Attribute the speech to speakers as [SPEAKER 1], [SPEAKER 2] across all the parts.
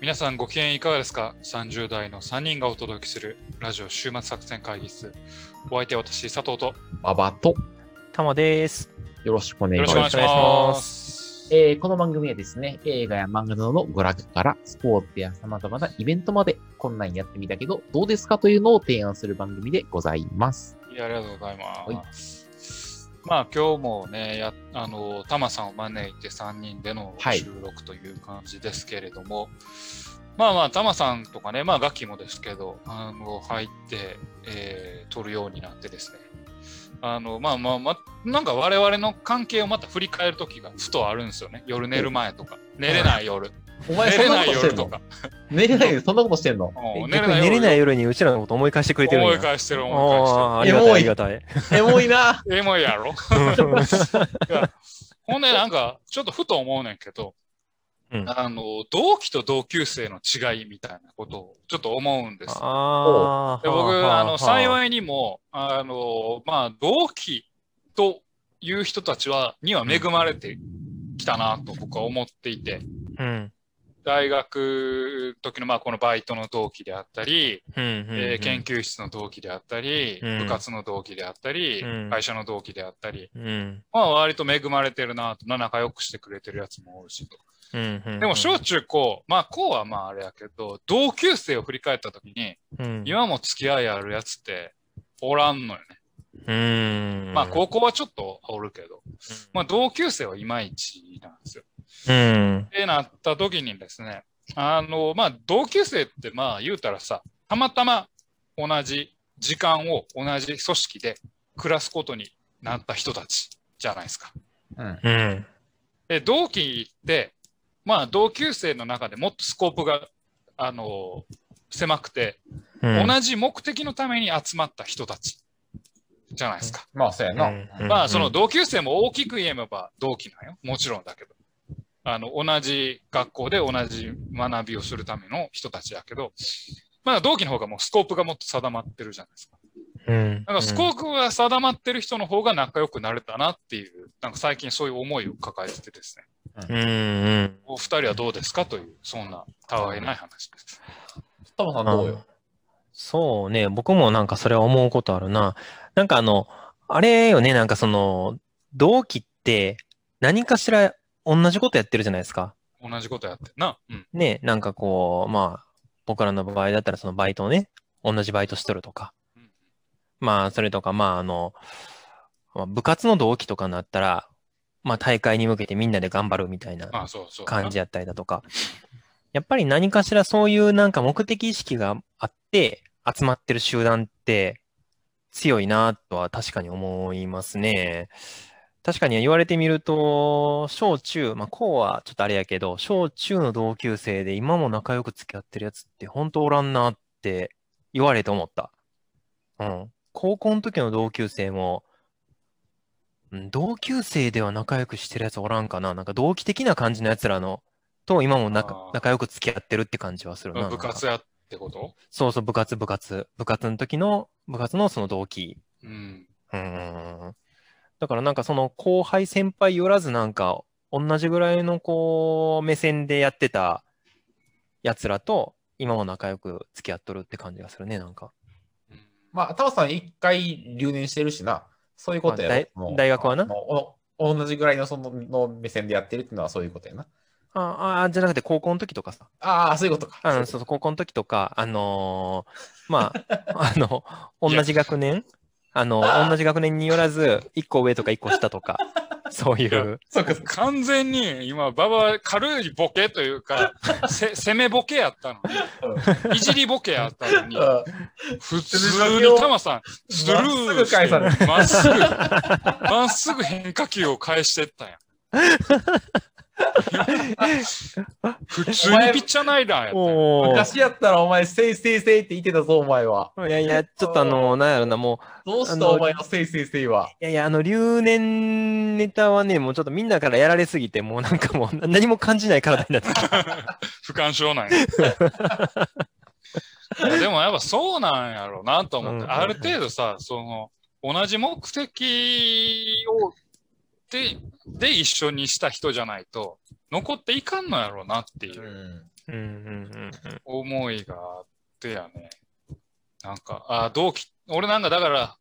[SPEAKER 1] 皆さんご機嫌いかがですか ?30 代の3人がお届けするラジオ週末作戦会議室。お相手は私、佐藤と。
[SPEAKER 2] ババと、
[SPEAKER 3] たまです。
[SPEAKER 2] よろしくお願
[SPEAKER 1] よ
[SPEAKER 2] い
[SPEAKER 1] ろし
[SPEAKER 2] し
[SPEAKER 1] くお願
[SPEAKER 2] ま
[SPEAKER 1] い
[SPEAKER 2] す。
[SPEAKER 1] します。
[SPEAKER 2] えーこの番組はですね、映画や漫画などの娯楽からスポーツや様々なイベントまで、こんなんやってみたけど、どうですかというのを提案する番組でございます。
[SPEAKER 1] いやありがとうございます。まあ今日もね、やあのタマさんを招いて3人での
[SPEAKER 2] はい
[SPEAKER 1] 収録という感じですけれども、まあまあタマさんとかね、まあガキもですけど、あの入って、えー撮るようになってですね、あのまあまあまあ、なんか我々の関係をまた振り返る時がふとあるんですよね。夜寝る前とか、寝れない夜、
[SPEAKER 2] お
[SPEAKER 1] 寝
[SPEAKER 2] 前
[SPEAKER 1] れない夜とか、
[SPEAKER 2] 寝れないよ、そんなことしてんの
[SPEAKER 1] うん
[SPEAKER 3] 逆に寝れない夜にうちらのこと思い返してくれてるんや。
[SPEAKER 1] 思い返してる思い返してる。
[SPEAKER 3] あーありがたい、ありがた い。
[SPEAKER 2] エモいな。
[SPEAKER 1] ええもんや ろいやほんで、なんか、ちょっとふと思うねんけど、
[SPEAKER 3] うん
[SPEAKER 1] あの、同期と同級生の違いみたいなことをちょっと思うんです。
[SPEAKER 3] ああ。
[SPEAKER 1] で僕、あの、
[SPEAKER 3] い。
[SPEAKER 1] 幸いにも、あの、まあ、同期という人たちは、には恵まれてきたなと僕は思っていて、
[SPEAKER 3] うん。
[SPEAKER 1] 大学時の、まあ、このバイトの同期であったり、
[SPEAKER 3] うん。
[SPEAKER 1] えー研究室の同期であったり、
[SPEAKER 3] うん
[SPEAKER 1] 部活の同期であったり、
[SPEAKER 3] うん
[SPEAKER 1] 会社の同期であったり、
[SPEAKER 3] うん。
[SPEAKER 1] まあ割と恵まれてるなと、まあ仲良くしてくれてるやつもおるしと。
[SPEAKER 3] うん。うん。
[SPEAKER 1] でも小中高、まあ高はまああれやけど、同級生を振り返った時に、
[SPEAKER 3] うん。
[SPEAKER 1] 今も付き合いあるやつっておらんのよね。
[SPEAKER 3] うん。
[SPEAKER 1] まあ高校はちょっとおるけど、まあ同級生はいまいちなんですよ。
[SPEAKER 3] うん。
[SPEAKER 1] ってなった時にですね、あの、まあ同級生ってまあ言うたらさ、たまたま同じ時間を同じ組織で暮らすことになった人たちじゃないですか。
[SPEAKER 2] うん。
[SPEAKER 3] うん。
[SPEAKER 1] で同期って、まあ、同級生の中でもっとスコープが、あの狭くて、
[SPEAKER 3] うん。
[SPEAKER 1] 同じ目的のために集まった人たちじゃないですか。
[SPEAKER 2] まあ、そうやな。
[SPEAKER 3] うんうん
[SPEAKER 1] まあ、その同級生も大きく言えば同期なんよ。もちろんだけど。あの、同じ学校で同じ学びをするための人たちやけど、まあ、同期の方がもうスコープがもっと定まってるじゃないですか。
[SPEAKER 3] うん。
[SPEAKER 1] なんかスコープが定まってる人の方が仲良くなれたなっていう、なんか最近そういう思いを抱えててですね。
[SPEAKER 3] うん。うん。
[SPEAKER 1] お二人はどうですかという、そんなたわいない話です。
[SPEAKER 2] トマさんどうよ。
[SPEAKER 3] そうね、僕もなんかそれは思うことあるな。なんかあの、あれよね、なんかその、同期って何かしら同じことやってるじゃないですか。
[SPEAKER 1] 同じことやってんな。うん。
[SPEAKER 3] ね、なんかこう、まあ、僕らの場合だったらそのバイトをね、同じバイトしとるとか
[SPEAKER 1] うん。
[SPEAKER 3] まあ、それとか、まあ、あの、まあ部活の同期とかになったら、まあ、大会に向けてみんなで頑張るみたいな
[SPEAKER 1] まあそうそう。
[SPEAKER 3] 感じやったりだとか、やっぱり何かしらそういうなんか目的意識があって集まってる集団って強いなとは確かに思いますね。確かに言われてみると、小中、まあ高はちょっとあれやけど、小中の同級生で今も仲良く付き合ってるやつって本当おらんなって言われて思った。うん。高校の時の同級生も、うん同級生では仲良くしてるやつおらんかな。なんか同期的な感じのやつらの、と今も仲
[SPEAKER 1] あー
[SPEAKER 3] 仲良く付き合ってるって感じはするな。
[SPEAKER 1] 部活やってこと
[SPEAKER 3] そうそう、部活、部活。部活の時の、部活のその同期。
[SPEAKER 1] うん。
[SPEAKER 3] うーん。だからなんかその後輩先輩よらずなんか、同じぐらいのこう、目線でやってた奴らと、今も仲良く付き合っとるって感じがするね、なんか。
[SPEAKER 2] まあ、タマさん一回留年してるしな。そういうことやろ。
[SPEAKER 3] まあ
[SPEAKER 2] もう
[SPEAKER 3] 大大学はな
[SPEAKER 2] あのお同じぐらいのそのの目線でやってるっていうのはそういうことやな。
[SPEAKER 3] ああ、じゃなくて高校の時とかさ。
[SPEAKER 2] ああ、そういうことか。そ
[SPEAKER 3] あ
[SPEAKER 2] うい
[SPEAKER 3] の
[SPEAKER 2] う
[SPEAKER 3] そ
[SPEAKER 2] こ
[SPEAKER 3] うそう、高校の時とか、あの ーまあ、あの、同じ学年あの、同じ学年によらず、一個上とか一個下とか、そういう。
[SPEAKER 2] とそうかそうか。
[SPEAKER 1] 完全に今、馬場は軽いボケという か、せ攻めボケやったのに、いじりボケやったのに、
[SPEAKER 2] うん
[SPEAKER 1] 普通にタマさん、スルーして
[SPEAKER 2] まっ
[SPEAKER 1] まっすぐ、まっすぐ変化球を返してった やん。普通にピッチャーナイダーやったやん
[SPEAKER 3] おー
[SPEAKER 2] 昔やったらお前、せいせいせいって言ってたぞ、お前は。
[SPEAKER 3] いやいや、ちょっとあの、なんやろな、もう、
[SPEAKER 2] どう
[SPEAKER 3] あ
[SPEAKER 2] した
[SPEAKER 3] の
[SPEAKER 2] お前のせいせいせいは。
[SPEAKER 3] いやいや、あの、留年ネタはね、もうちょっとみんなからやられすぎて、もうなんかもうな何も感じない体になってきた。
[SPEAKER 1] 不干渉なん や。いやでもやっぱそうなんやろうなと思っ
[SPEAKER 3] うんうん
[SPEAKER 1] て、
[SPEAKER 3] うん
[SPEAKER 1] ある程度さ、その、同じ目的を、で、で一緒にした人じゃないと、残っていかんのやろうなっていう。
[SPEAKER 3] うんうん
[SPEAKER 1] 思いがあってやね。なんか、あ同期、俺なんかだから、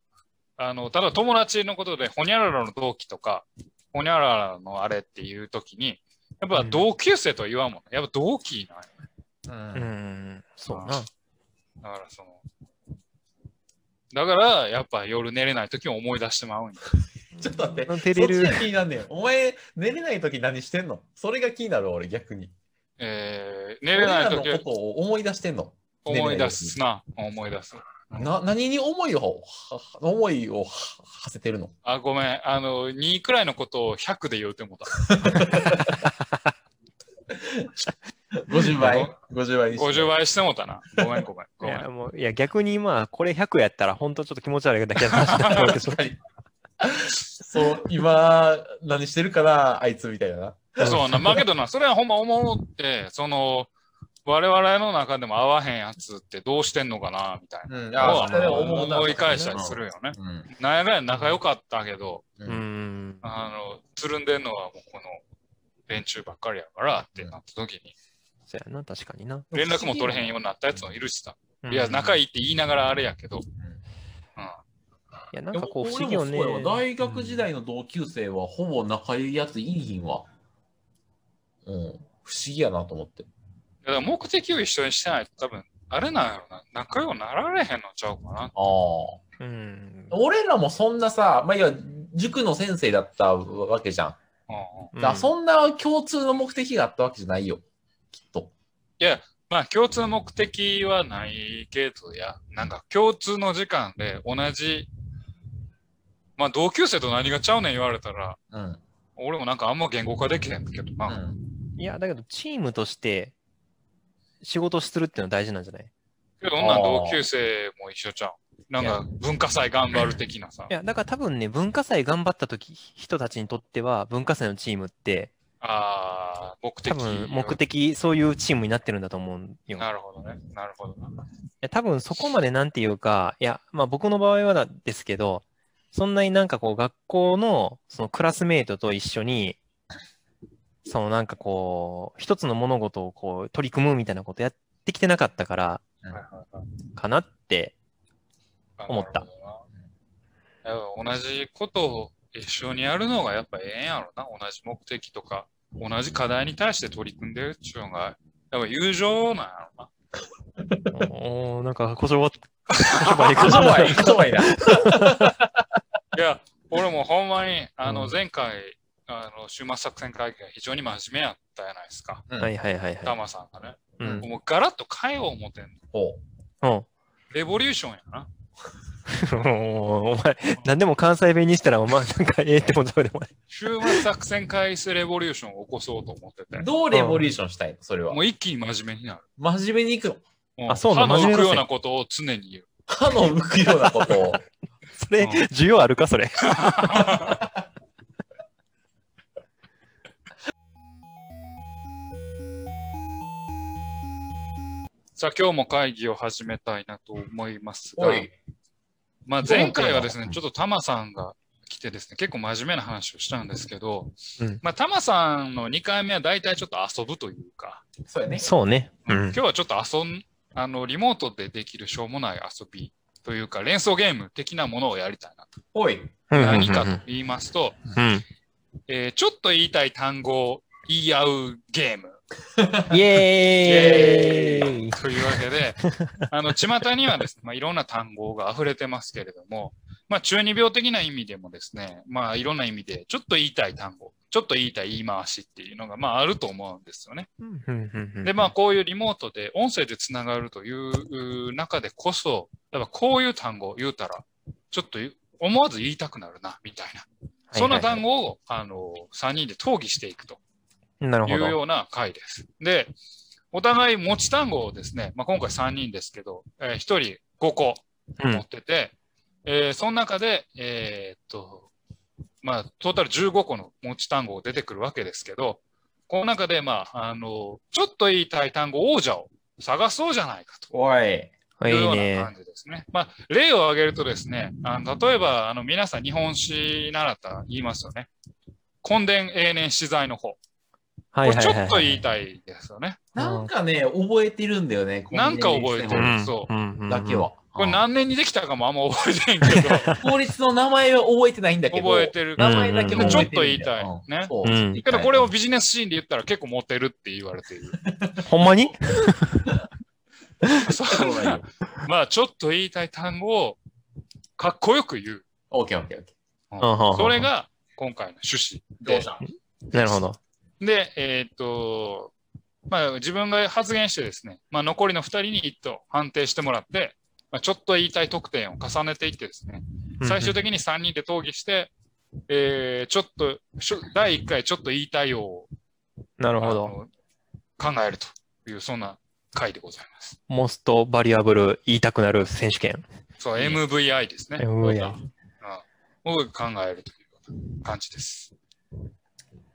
[SPEAKER 1] あの、ただ友達のことで、ほにゃららの同期とか、ほにゃららのあれっていう時に、やっぱ同級生とは言わんもん、ね。やっぱ同期なんよ
[SPEAKER 2] う。
[SPEAKER 3] うんうん。うんん。そうな。
[SPEAKER 1] だからその、だから、やっぱ夜寝れない時を思い出してまうんよ
[SPEAKER 2] ちょっと待って。
[SPEAKER 3] 照れ
[SPEAKER 2] そ
[SPEAKER 3] る
[SPEAKER 2] っちが気になんねん。お前、寝れないとき何してんのそれが気になる俺、逆に。
[SPEAKER 1] えー、寝れない時
[SPEAKER 2] 俺らのことを思い出してんの。
[SPEAKER 1] 思い出すな、思い出す。
[SPEAKER 2] な何に思いをは思いをは馳せてるの
[SPEAKER 1] あ、ごめん、あの、2くらいのことを100で言うてもうた。
[SPEAKER 2] ?50 倍 ?50 倍にして。
[SPEAKER 1] 50倍してもうたな。ごめん、ごめん、
[SPEAKER 3] い
[SPEAKER 1] ごめん
[SPEAKER 3] や、。もう、いや、逆にまあ、これ100やったら、本当ちょっと気持ち悪いだけの話だと思う けど
[SPEAKER 2] そう、今、何してるから、あいつみたいな。
[SPEAKER 1] そうな、まあけどな、それはほんま思って、その、我々の中でも合わへんやつってどうしてんのかな、みたいな。
[SPEAKER 2] うん、
[SPEAKER 1] あ
[SPEAKER 2] それは
[SPEAKER 1] 思
[SPEAKER 2] 思うな
[SPEAKER 1] 思い返したりするよね。
[SPEAKER 2] うん。
[SPEAKER 1] なんやかんや仲良かったけど、
[SPEAKER 2] う。
[SPEAKER 3] うんん。
[SPEAKER 1] あの、つるんでんのはもうこの連中ばっかりやからってなった時に、
[SPEAKER 3] そうやな、確かにな。
[SPEAKER 1] 連絡も取れへんようになったやつもいるしさ。
[SPEAKER 3] うん
[SPEAKER 1] いや、仲
[SPEAKER 3] い
[SPEAKER 1] いいって言いながらあれやけど、
[SPEAKER 3] や、なんかこう、不思議よね
[SPEAKER 2] 俺もそうやわ。大学時代の同級生は、ほぼ仲いいやついいひんわ。うん。不思議やなと思って。
[SPEAKER 1] だから目的を一緒にしてないと多分、あれなんやろな、仲良くなられへんのちゃうかな。
[SPEAKER 2] ああ。
[SPEAKER 3] うん。
[SPEAKER 2] 俺らもそんなさ、まあ、いや、塾の先生だったわけじゃん。
[SPEAKER 1] うんうん
[SPEAKER 3] う
[SPEAKER 2] だからそんな共通の目的があったわけじゃないよ。きっと。
[SPEAKER 1] まあ共通目的はないけどや、なんか共通の時間で同じ、まあ同級生と何がちゃうねん言われたら、
[SPEAKER 2] うん。
[SPEAKER 1] 俺もなんかあんま言語化できへんけど
[SPEAKER 2] う
[SPEAKER 1] な。
[SPEAKER 2] ん。
[SPEAKER 3] いや、だけど、チームとして、仕事するっていうのは大事なんじゃないい
[SPEAKER 1] けど女同級生も一緒ちゃう。なんか文化祭頑張る的なさ。
[SPEAKER 3] や、だから多分ね、文化祭頑張った時、人たちにとっては、文化祭のチームって、
[SPEAKER 1] ああ、目的。
[SPEAKER 3] 多分、目。的、そういうチームになってるんだと思うよ。
[SPEAKER 1] なるほどね。なるほどな。
[SPEAKER 3] いや、多分そこまでなんていうか、いや、まあ僕の場合はだですけど、そんなになんかこう学校のそのクラスメイトと一緒に、そのなんかこう、一つの物事をこう取り組むみたいなことやってきてなかったから、かなって、思った
[SPEAKER 1] なるほどな。やっぱ同じことを一緒にやるのがやっぱええんやろな。同じ目的とか、同じ課題に対して取り組んでるっちゅうのが、やっぱ友情なんやろな。
[SPEAKER 3] おーなんかこそば、こそばい、こそばい。
[SPEAKER 2] い、言葉いな。
[SPEAKER 1] いや、俺もほんまに、あ
[SPEAKER 3] う
[SPEAKER 1] の、
[SPEAKER 3] ん
[SPEAKER 1] 前回、あの、週末作戦会議が非常に真面目やったじゃないですか。
[SPEAKER 3] はいはいはい
[SPEAKER 1] タ
[SPEAKER 3] はい。
[SPEAKER 1] マさんがね。
[SPEAKER 3] うん。
[SPEAKER 1] もうガラッと変えよう思てんの。
[SPEAKER 2] ほ
[SPEAKER 3] うん。
[SPEAKER 1] レボリューションやな。
[SPEAKER 3] お前、何でも関西弁にしたら、まあなんかええってことでもない。
[SPEAKER 1] 週末作戦会議レボリューションを起こそうと思ってて
[SPEAKER 2] う。。どうレボリューションしたいのそれは
[SPEAKER 1] も。う一気に真面目になる。
[SPEAKER 2] 真面目に行くの。
[SPEAKER 1] も
[SPEAKER 3] あそうなの
[SPEAKER 1] 歯の浮くよう
[SPEAKER 3] 真面目
[SPEAKER 1] な
[SPEAKER 3] 路線
[SPEAKER 1] ことを常に言う。
[SPEAKER 2] 歯の向くようなことを。
[SPEAKER 3] それ、
[SPEAKER 1] うん
[SPEAKER 3] 需要あるか、それ。
[SPEAKER 1] さあ、今日も会議を始めたいなと思いますが
[SPEAKER 2] お、い。
[SPEAKER 1] まあ、
[SPEAKER 2] どうなって
[SPEAKER 1] 前
[SPEAKER 2] んの
[SPEAKER 1] 回はですね
[SPEAKER 2] う、ん
[SPEAKER 1] ちょっとタマさんが来てですね、結構真面目な話をしたんですけど、
[SPEAKER 3] うん
[SPEAKER 1] まあ、タマさんの2回目は大体ちょっと遊ぶというか、
[SPEAKER 2] そうやね。
[SPEAKER 3] そうね。うん
[SPEAKER 1] 今日。はちょっと遊ん、あの、リモートでできるしょうもない遊びというか、連想ゲーム的なものをやりたいなと。
[SPEAKER 2] おい。
[SPEAKER 3] うんうんうんうん
[SPEAKER 1] 何かと言いますと、
[SPEAKER 3] うん。
[SPEAKER 1] えーちょっと言いたい単語を言い合うゲーム。
[SPEAKER 3] イエーイ
[SPEAKER 1] というわけ で、あの、巷にはですね、まあ、いろんな単語が溢れてますけれども、まあ、中二病的な意味でもですね、まあ、いろんな意味で、ちょっと言いたい単語、ちょっと言いたい言い回しっていうのが、まあ、あると思うんですよね。で、
[SPEAKER 3] で
[SPEAKER 1] まあ、、こういうリモートで、音声でつながるというう中でこそ、やっぱこういう単語を言うたら、ちょっと言う思わず言いたくなるな、みたいな。その単
[SPEAKER 3] 語。
[SPEAKER 1] 語を、あの、3人で討議していくと。
[SPEAKER 3] なる
[SPEAKER 1] い
[SPEAKER 3] ほ
[SPEAKER 1] う
[SPEAKER 3] ど。
[SPEAKER 1] ような回です。で、お互い持ち単語をですね、まあ、今回3人ですけど、えー1人5個
[SPEAKER 3] う
[SPEAKER 1] 持
[SPEAKER 3] ん
[SPEAKER 1] ってて、えーその中で、えーっと、まあ、トータル15個の持ち単語が出てくるわけですけど、この中で、まあ、あの、ちょっと言いたい単語王者を探そうじゃないかと。
[SPEAKER 2] おい。
[SPEAKER 3] い
[SPEAKER 1] いうよ
[SPEAKER 3] いう
[SPEAKER 1] な
[SPEAKER 3] ね
[SPEAKER 1] 感。じですね。まあ、例を挙げるとですね、あの例えば、あの、皆さん日本史習ったら言いますよね。根伝永年資材の方。
[SPEAKER 3] は
[SPEAKER 1] こ
[SPEAKER 3] い
[SPEAKER 1] れ
[SPEAKER 3] はい
[SPEAKER 1] ちょ
[SPEAKER 3] はい
[SPEAKER 1] っと
[SPEAKER 3] は
[SPEAKER 1] 言い
[SPEAKER 3] い。
[SPEAKER 1] たいですよね。
[SPEAKER 4] なんかね、覚えてるんだよね。
[SPEAKER 1] なんか覚えてる
[SPEAKER 4] コンビニエンスス
[SPEAKER 1] そう
[SPEAKER 4] トだけ
[SPEAKER 3] は
[SPEAKER 4] は。
[SPEAKER 1] これ
[SPEAKER 4] うん
[SPEAKER 1] 何年にできたかもあんま覚えてへんけど、
[SPEAKER 4] 法律の名前は覚えてないんだけど。
[SPEAKER 1] 覚えてる
[SPEAKER 4] 名前だけ
[SPEAKER 3] うんうんうん
[SPEAKER 1] ちょっと言いたいね
[SPEAKER 4] そううんちょっと言い
[SPEAKER 1] け
[SPEAKER 4] たい
[SPEAKER 1] どこれをビジネスシーンで言ったら結構モテるって言われている。
[SPEAKER 3] ほんまに
[SPEAKER 1] そ
[SPEAKER 4] そうだ
[SPEAKER 1] んな
[SPEAKER 4] よ、
[SPEAKER 1] まあちょっと言いたい単語をかっこよく言う。
[SPEAKER 4] オーケーオーケーオーケ
[SPEAKER 1] うん
[SPEAKER 3] はあはあ
[SPEAKER 1] それが今回の趣
[SPEAKER 4] ー。どう
[SPEAKER 1] 旨
[SPEAKER 4] し
[SPEAKER 1] で。
[SPEAKER 4] た
[SPEAKER 3] なるほど。
[SPEAKER 1] で、えーっと、まあ自分が発言してですね、まあ残りの2人に一と判定してもらって、まあ、ちょっと言いたい得点を重ねていってですね、最終的に3人で討議して、えーちょっと、しょ第1回ちょっと言いたいよを
[SPEAKER 3] なるほ
[SPEAKER 1] あ
[SPEAKER 3] ど。
[SPEAKER 1] の考えるという、そんな回でございます。
[SPEAKER 3] モストバリアブル言いたくなる選手権。
[SPEAKER 1] そう、
[SPEAKER 4] いい
[SPEAKER 1] MVI ですね。
[SPEAKER 3] MVI
[SPEAKER 1] を考えるという感じです。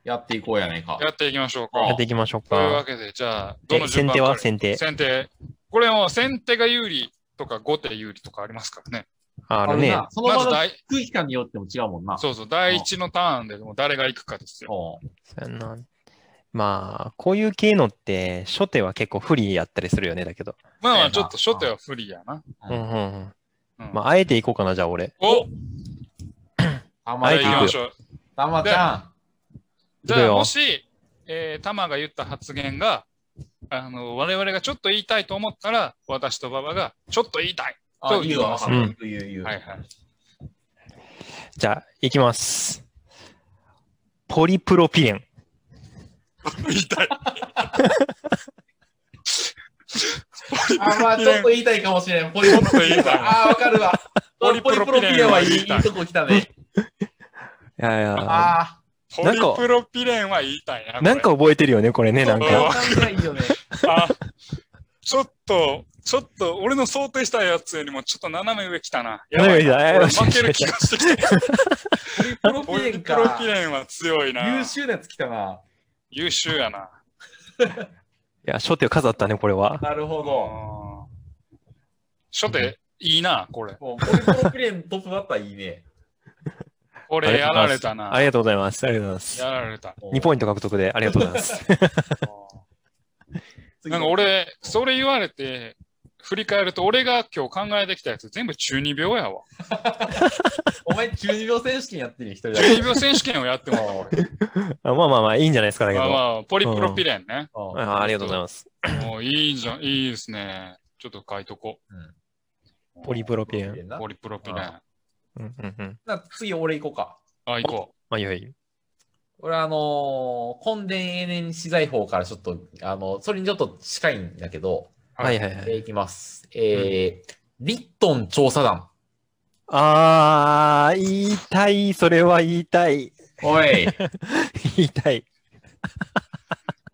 [SPEAKER 4] やっていこうやないか。
[SPEAKER 1] やっていきましょう
[SPEAKER 4] あ
[SPEAKER 3] や
[SPEAKER 1] か
[SPEAKER 3] っ。ていきましょう
[SPEAKER 1] という
[SPEAKER 3] か
[SPEAKER 1] わ。けで、じゃあ、ど
[SPEAKER 3] え
[SPEAKER 1] の順番
[SPEAKER 3] 先手
[SPEAKER 1] から
[SPEAKER 3] は先手。
[SPEAKER 1] 先手。これも先手が有利とか後手有利とかありますからね。
[SPEAKER 3] あ
[SPEAKER 4] あ
[SPEAKER 3] る
[SPEAKER 4] の
[SPEAKER 3] ね。
[SPEAKER 4] なその
[SPEAKER 1] ま
[SPEAKER 4] 場
[SPEAKER 1] ず
[SPEAKER 4] の空
[SPEAKER 1] 第、
[SPEAKER 4] 気感によっても違うもんな。
[SPEAKER 1] そうそう、第一のターンでも誰が行くかですよ。
[SPEAKER 4] そ
[SPEAKER 3] そうやんなまあ、こういう系のって、初手は結構不利やったりするよね、だけど。
[SPEAKER 1] まあまあ、ちょっと初手は不利やな。
[SPEAKER 4] う
[SPEAKER 3] うん
[SPEAKER 4] ん。
[SPEAKER 3] うんうん。
[SPEAKER 1] うん
[SPEAKER 3] まあ、あえていこうかな、じゃあ俺。
[SPEAKER 1] お
[SPEAKER 4] たま
[SPEAKER 1] は
[SPEAKER 3] あ
[SPEAKER 1] い、行
[SPEAKER 3] えて
[SPEAKER 1] き
[SPEAKER 3] いくよ
[SPEAKER 1] ましょう。
[SPEAKER 4] たまちゃん。
[SPEAKER 1] じ
[SPEAKER 3] 行く
[SPEAKER 1] ゃあ、
[SPEAKER 3] よ
[SPEAKER 1] もし、えー、タマが言った発言が、あの、我々がちょっと言いたいと思ったら、私と馬場が、ちょっと言いたい。
[SPEAKER 4] あ、
[SPEAKER 1] そう
[SPEAKER 4] 言うわ。
[SPEAKER 1] 言
[SPEAKER 3] います
[SPEAKER 4] 言う言う言う。
[SPEAKER 1] はいはい。
[SPEAKER 3] じゃあ、いきます。ポリプロピレン。
[SPEAKER 1] 言いたい。
[SPEAKER 4] あ、 まあちょっと言いたいかもしれん。ポリ
[SPEAKER 1] ちょ
[SPEAKER 4] プロ
[SPEAKER 1] っと言いたい。
[SPEAKER 4] あー、わかるわ。ポ
[SPEAKER 1] ポ
[SPEAKER 4] リ
[SPEAKER 1] リ
[SPEAKER 4] プ
[SPEAKER 1] プ
[SPEAKER 4] ロ
[SPEAKER 1] ロ
[SPEAKER 4] ピ
[SPEAKER 1] ピ
[SPEAKER 4] レ
[SPEAKER 1] レ
[SPEAKER 4] ン
[SPEAKER 1] ン
[SPEAKER 4] は
[SPEAKER 1] はいい
[SPEAKER 4] い
[SPEAKER 1] い
[SPEAKER 4] いとこ来たね。
[SPEAKER 3] いやいや、
[SPEAKER 4] あ
[SPEAKER 1] ポ
[SPEAKER 3] なん
[SPEAKER 1] リ
[SPEAKER 3] か
[SPEAKER 1] プロピレンは言いたいな。これ
[SPEAKER 3] なんか覚えてるよね、これね、
[SPEAKER 4] あ。
[SPEAKER 3] なん
[SPEAKER 1] そう
[SPEAKER 3] か。
[SPEAKER 4] わかんないよね。
[SPEAKER 1] あちょっと、ちょっと、俺の想定したやつよりもちょっと斜め上来たな。や ばいな。
[SPEAKER 3] 斜め上
[SPEAKER 1] 俺
[SPEAKER 3] 来た
[SPEAKER 1] 負ける気が してきた。
[SPEAKER 4] ポリプロ
[SPEAKER 1] ポ
[SPEAKER 4] ピレ
[SPEAKER 1] リ
[SPEAKER 4] ン
[SPEAKER 1] プロ
[SPEAKER 4] か
[SPEAKER 1] ピ。レンは強いな。
[SPEAKER 4] 優秀なやつ来たな。
[SPEAKER 1] 優秀やな。
[SPEAKER 3] いや、初手を飾ったね、これは。
[SPEAKER 4] なるほど。
[SPEAKER 1] うん初手、いいな、これ。
[SPEAKER 4] もうポリプロピレントップバッターいいね。
[SPEAKER 1] これやられたな。
[SPEAKER 3] ありがとうございます。ありがとうございます。
[SPEAKER 1] やられた。
[SPEAKER 3] 2ポイント獲得でありがとうございます。
[SPEAKER 4] 次
[SPEAKER 1] なんか、俺、それ言われて、振り返ると、俺が今日考えてきたやつ、全部中二病やわ。
[SPEAKER 4] お前中二病選手権やってるよ一人だ
[SPEAKER 1] 中二
[SPEAKER 4] け。
[SPEAKER 1] 病選手権をやってもら おう俺。
[SPEAKER 3] あまあまあまあ、いいんじゃないですか、だけ
[SPEAKER 1] まあ
[SPEAKER 3] ど。
[SPEAKER 1] まあ、ポリプロピレンね。
[SPEAKER 4] うん
[SPEAKER 3] あありがとうございます。
[SPEAKER 1] もういいじゃん、いいですね。ちょっと書いとこう。
[SPEAKER 3] ポリプロピレン。
[SPEAKER 4] な
[SPEAKER 1] ポリプロピレン。あ、
[SPEAKER 3] うんうんうん。
[SPEAKER 4] な次俺行こうか。
[SPEAKER 1] 行こ
[SPEAKER 3] まあ、いいよいいよ。
[SPEAKER 4] 俺あのー、根田永年資材法からちょっと、あの、それにちょっと近いんだけど、
[SPEAKER 1] う。
[SPEAKER 3] はいはいは
[SPEAKER 4] えー
[SPEAKER 3] い。
[SPEAKER 4] いきます。えー、リットン調査団。
[SPEAKER 3] あー、言いたい、それは言いたい。
[SPEAKER 4] おい、
[SPEAKER 3] 言いたい。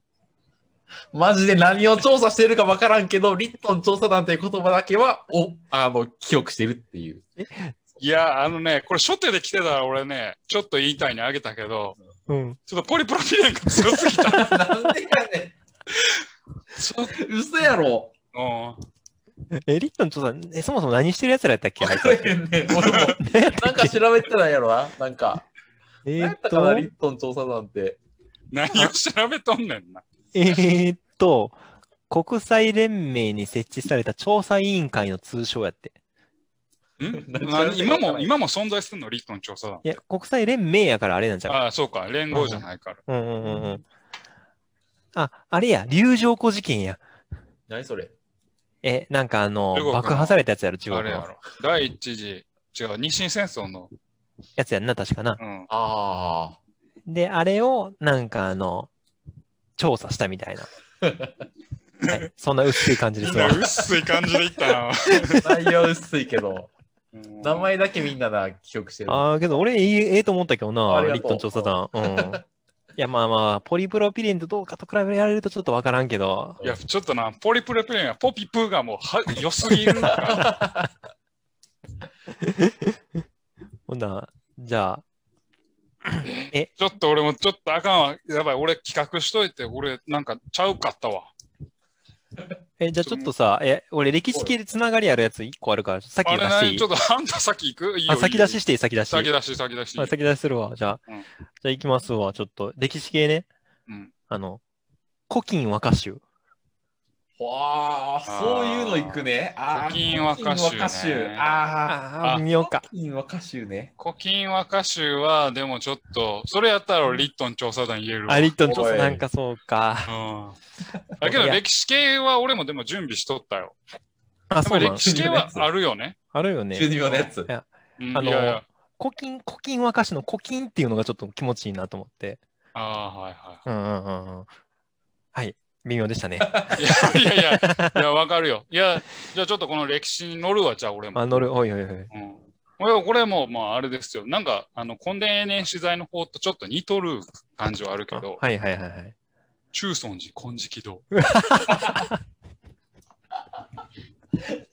[SPEAKER 4] マジで何を調査してるかわからんけど、リットン調査団という言葉だけは、お、あの、記憶してるっていう。
[SPEAKER 1] いや、あのね、これ初手で来てたら俺ね、ちょっと言いたいにあげたけど、
[SPEAKER 3] うん。
[SPEAKER 1] ちょっとポリプロピレンが強す ぎた。
[SPEAKER 4] なんでかね
[SPEAKER 1] ちょっ
[SPEAKER 4] ん。嘘やろ。
[SPEAKER 1] と、
[SPEAKER 3] え、リットンちょっと、え、そもそも何してる奴ら やったっけ
[SPEAKER 4] わ
[SPEAKER 3] あいつ
[SPEAKER 4] かれへんねん。俺も。なんか調べてたんやろな。なんか。
[SPEAKER 3] え
[SPEAKER 4] 何や
[SPEAKER 3] ー
[SPEAKER 4] っ
[SPEAKER 3] った
[SPEAKER 4] かな、リ
[SPEAKER 3] と
[SPEAKER 4] ッ、トン調査団って。
[SPEAKER 1] 何を調べとんねん な。
[SPEAKER 3] えーっと、国際連盟に設置された調査委員会の通称やって。
[SPEAKER 1] ん
[SPEAKER 4] 何
[SPEAKER 1] な今も、今も存在するの、リットン調査団。
[SPEAKER 3] いや、国際連盟やからあれなんちゃう
[SPEAKER 1] ああ、そうか、連合じゃないから。
[SPEAKER 3] うんうんうんうん。あ、あれや、流浄湖事件や。
[SPEAKER 4] 何それ
[SPEAKER 3] え、なんかあの
[SPEAKER 1] 中国、の
[SPEAKER 3] 爆破されたやつやろ、中
[SPEAKER 1] あ
[SPEAKER 3] 国
[SPEAKER 1] れや
[SPEAKER 3] の。
[SPEAKER 1] ろ。第一次、違う、日清戦争の、
[SPEAKER 3] やつやんな、確かな。
[SPEAKER 1] うん。
[SPEAKER 4] あ
[SPEAKER 3] で、あれを、なんかあの、調査したみ たいな。はい、そんな薄い感じで
[SPEAKER 1] みん
[SPEAKER 3] す
[SPEAKER 1] な
[SPEAKER 3] わ。
[SPEAKER 1] 薄い感じでいったな。
[SPEAKER 4] あ。内容薄いけど、
[SPEAKER 1] うん
[SPEAKER 4] 名前だけみんなな、記憶してる。
[SPEAKER 3] ああ、けど俺、いいええと思ったけど
[SPEAKER 4] あ
[SPEAKER 3] な、
[SPEAKER 4] りが
[SPEAKER 3] リ
[SPEAKER 4] とう
[SPEAKER 3] ットン調査団。 うん。いや、まあまあ、ポリプロピレンとどうかと比べられるとちょっとわからんけど、
[SPEAKER 1] いや、ちょっとな、ポリプロピレンはポピプーがもうは良すぎる から。
[SPEAKER 3] ほんならじゃ
[SPEAKER 1] ちょっと俺もちょっとあかんわ。やばい、俺企画しといて、俺なんかちゃうかったわ。
[SPEAKER 3] あ、え、じゃあちょっとさ、え、俺、歴史系でつながりあるやつ1個あるから、さっき
[SPEAKER 1] あ
[SPEAKER 3] 出
[SPEAKER 1] れ
[SPEAKER 3] してい
[SPEAKER 1] 何
[SPEAKER 3] い
[SPEAKER 1] ちょっとあんた先行くいいよ
[SPEAKER 3] あ、先出
[SPEAKER 1] い
[SPEAKER 3] し
[SPEAKER 1] いよ
[SPEAKER 3] していい、先出し。
[SPEAKER 1] 先出し、先出し。
[SPEAKER 3] あ先出しするわ。じゃあ、
[SPEAKER 1] うん
[SPEAKER 3] じゃあ行きますわ。ちょっと、歴史系ね。
[SPEAKER 1] うん
[SPEAKER 3] あの、古今和歌集。
[SPEAKER 4] わあ、そういうの行くね。ああ、
[SPEAKER 1] 古今和歌集ね
[SPEAKER 4] 古今和歌集ああ、
[SPEAKER 3] あ
[SPEAKER 1] あ
[SPEAKER 3] あ、見ようか。
[SPEAKER 4] 古今和歌集ね。
[SPEAKER 1] 古今和歌集は、でもちょっと、それやったらリットン調査団言えるわ。
[SPEAKER 3] あリットンちょっ
[SPEAKER 4] お
[SPEAKER 3] と
[SPEAKER 4] い
[SPEAKER 3] なんかそうか。
[SPEAKER 1] うんだけど
[SPEAKER 3] いや
[SPEAKER 1] 歴史系は俺もでも準備しとったよ。
[SPEAKER 3] あ、
[SPEAKER 1] やっ
[SPEAKER 3] そ
[SPEAKER 1] ぱ
[SPEAKER 3] うな
[SPEAKER 1] り
[SPEAKER 3] の
[SPEAKER 1] 歴史系はあるよね。
[SPEAKER 3] あるよね。
[SPEAKER 4] 12秒のやつ。
[SPEAKER 1] うん
[SPEAKER 3] あの
[SPEAKER 1] いやいや
[SPEAKER 3] 古今、古今和歌詞の古今っていうのがちょっと気持ちいいなと思って。
[SPEAKER 1] あーはいは
[SPEAKER 3] うんうんうんうん。はい。微妙で したね。
[SPEAKER 1] い。いやいやいや、いや、わかるよ。いや、じゃあちょっとこの歴史に乗るわ、じゃあ俺も。
[SPEAKER 3] あ、乗る、おいおいおい。
[SPEAKER 1] うんこれこれも、まあ、あれですよ。なんか、あの、根田永年取材の方とちょっと似とる感じはあるけ
[SPEAKER 3] あ
[SPEAKER 1] ど、
[SPEAKER 3] はいはいはいはい。
[SPEAKER 1] 中尊寺金色堂。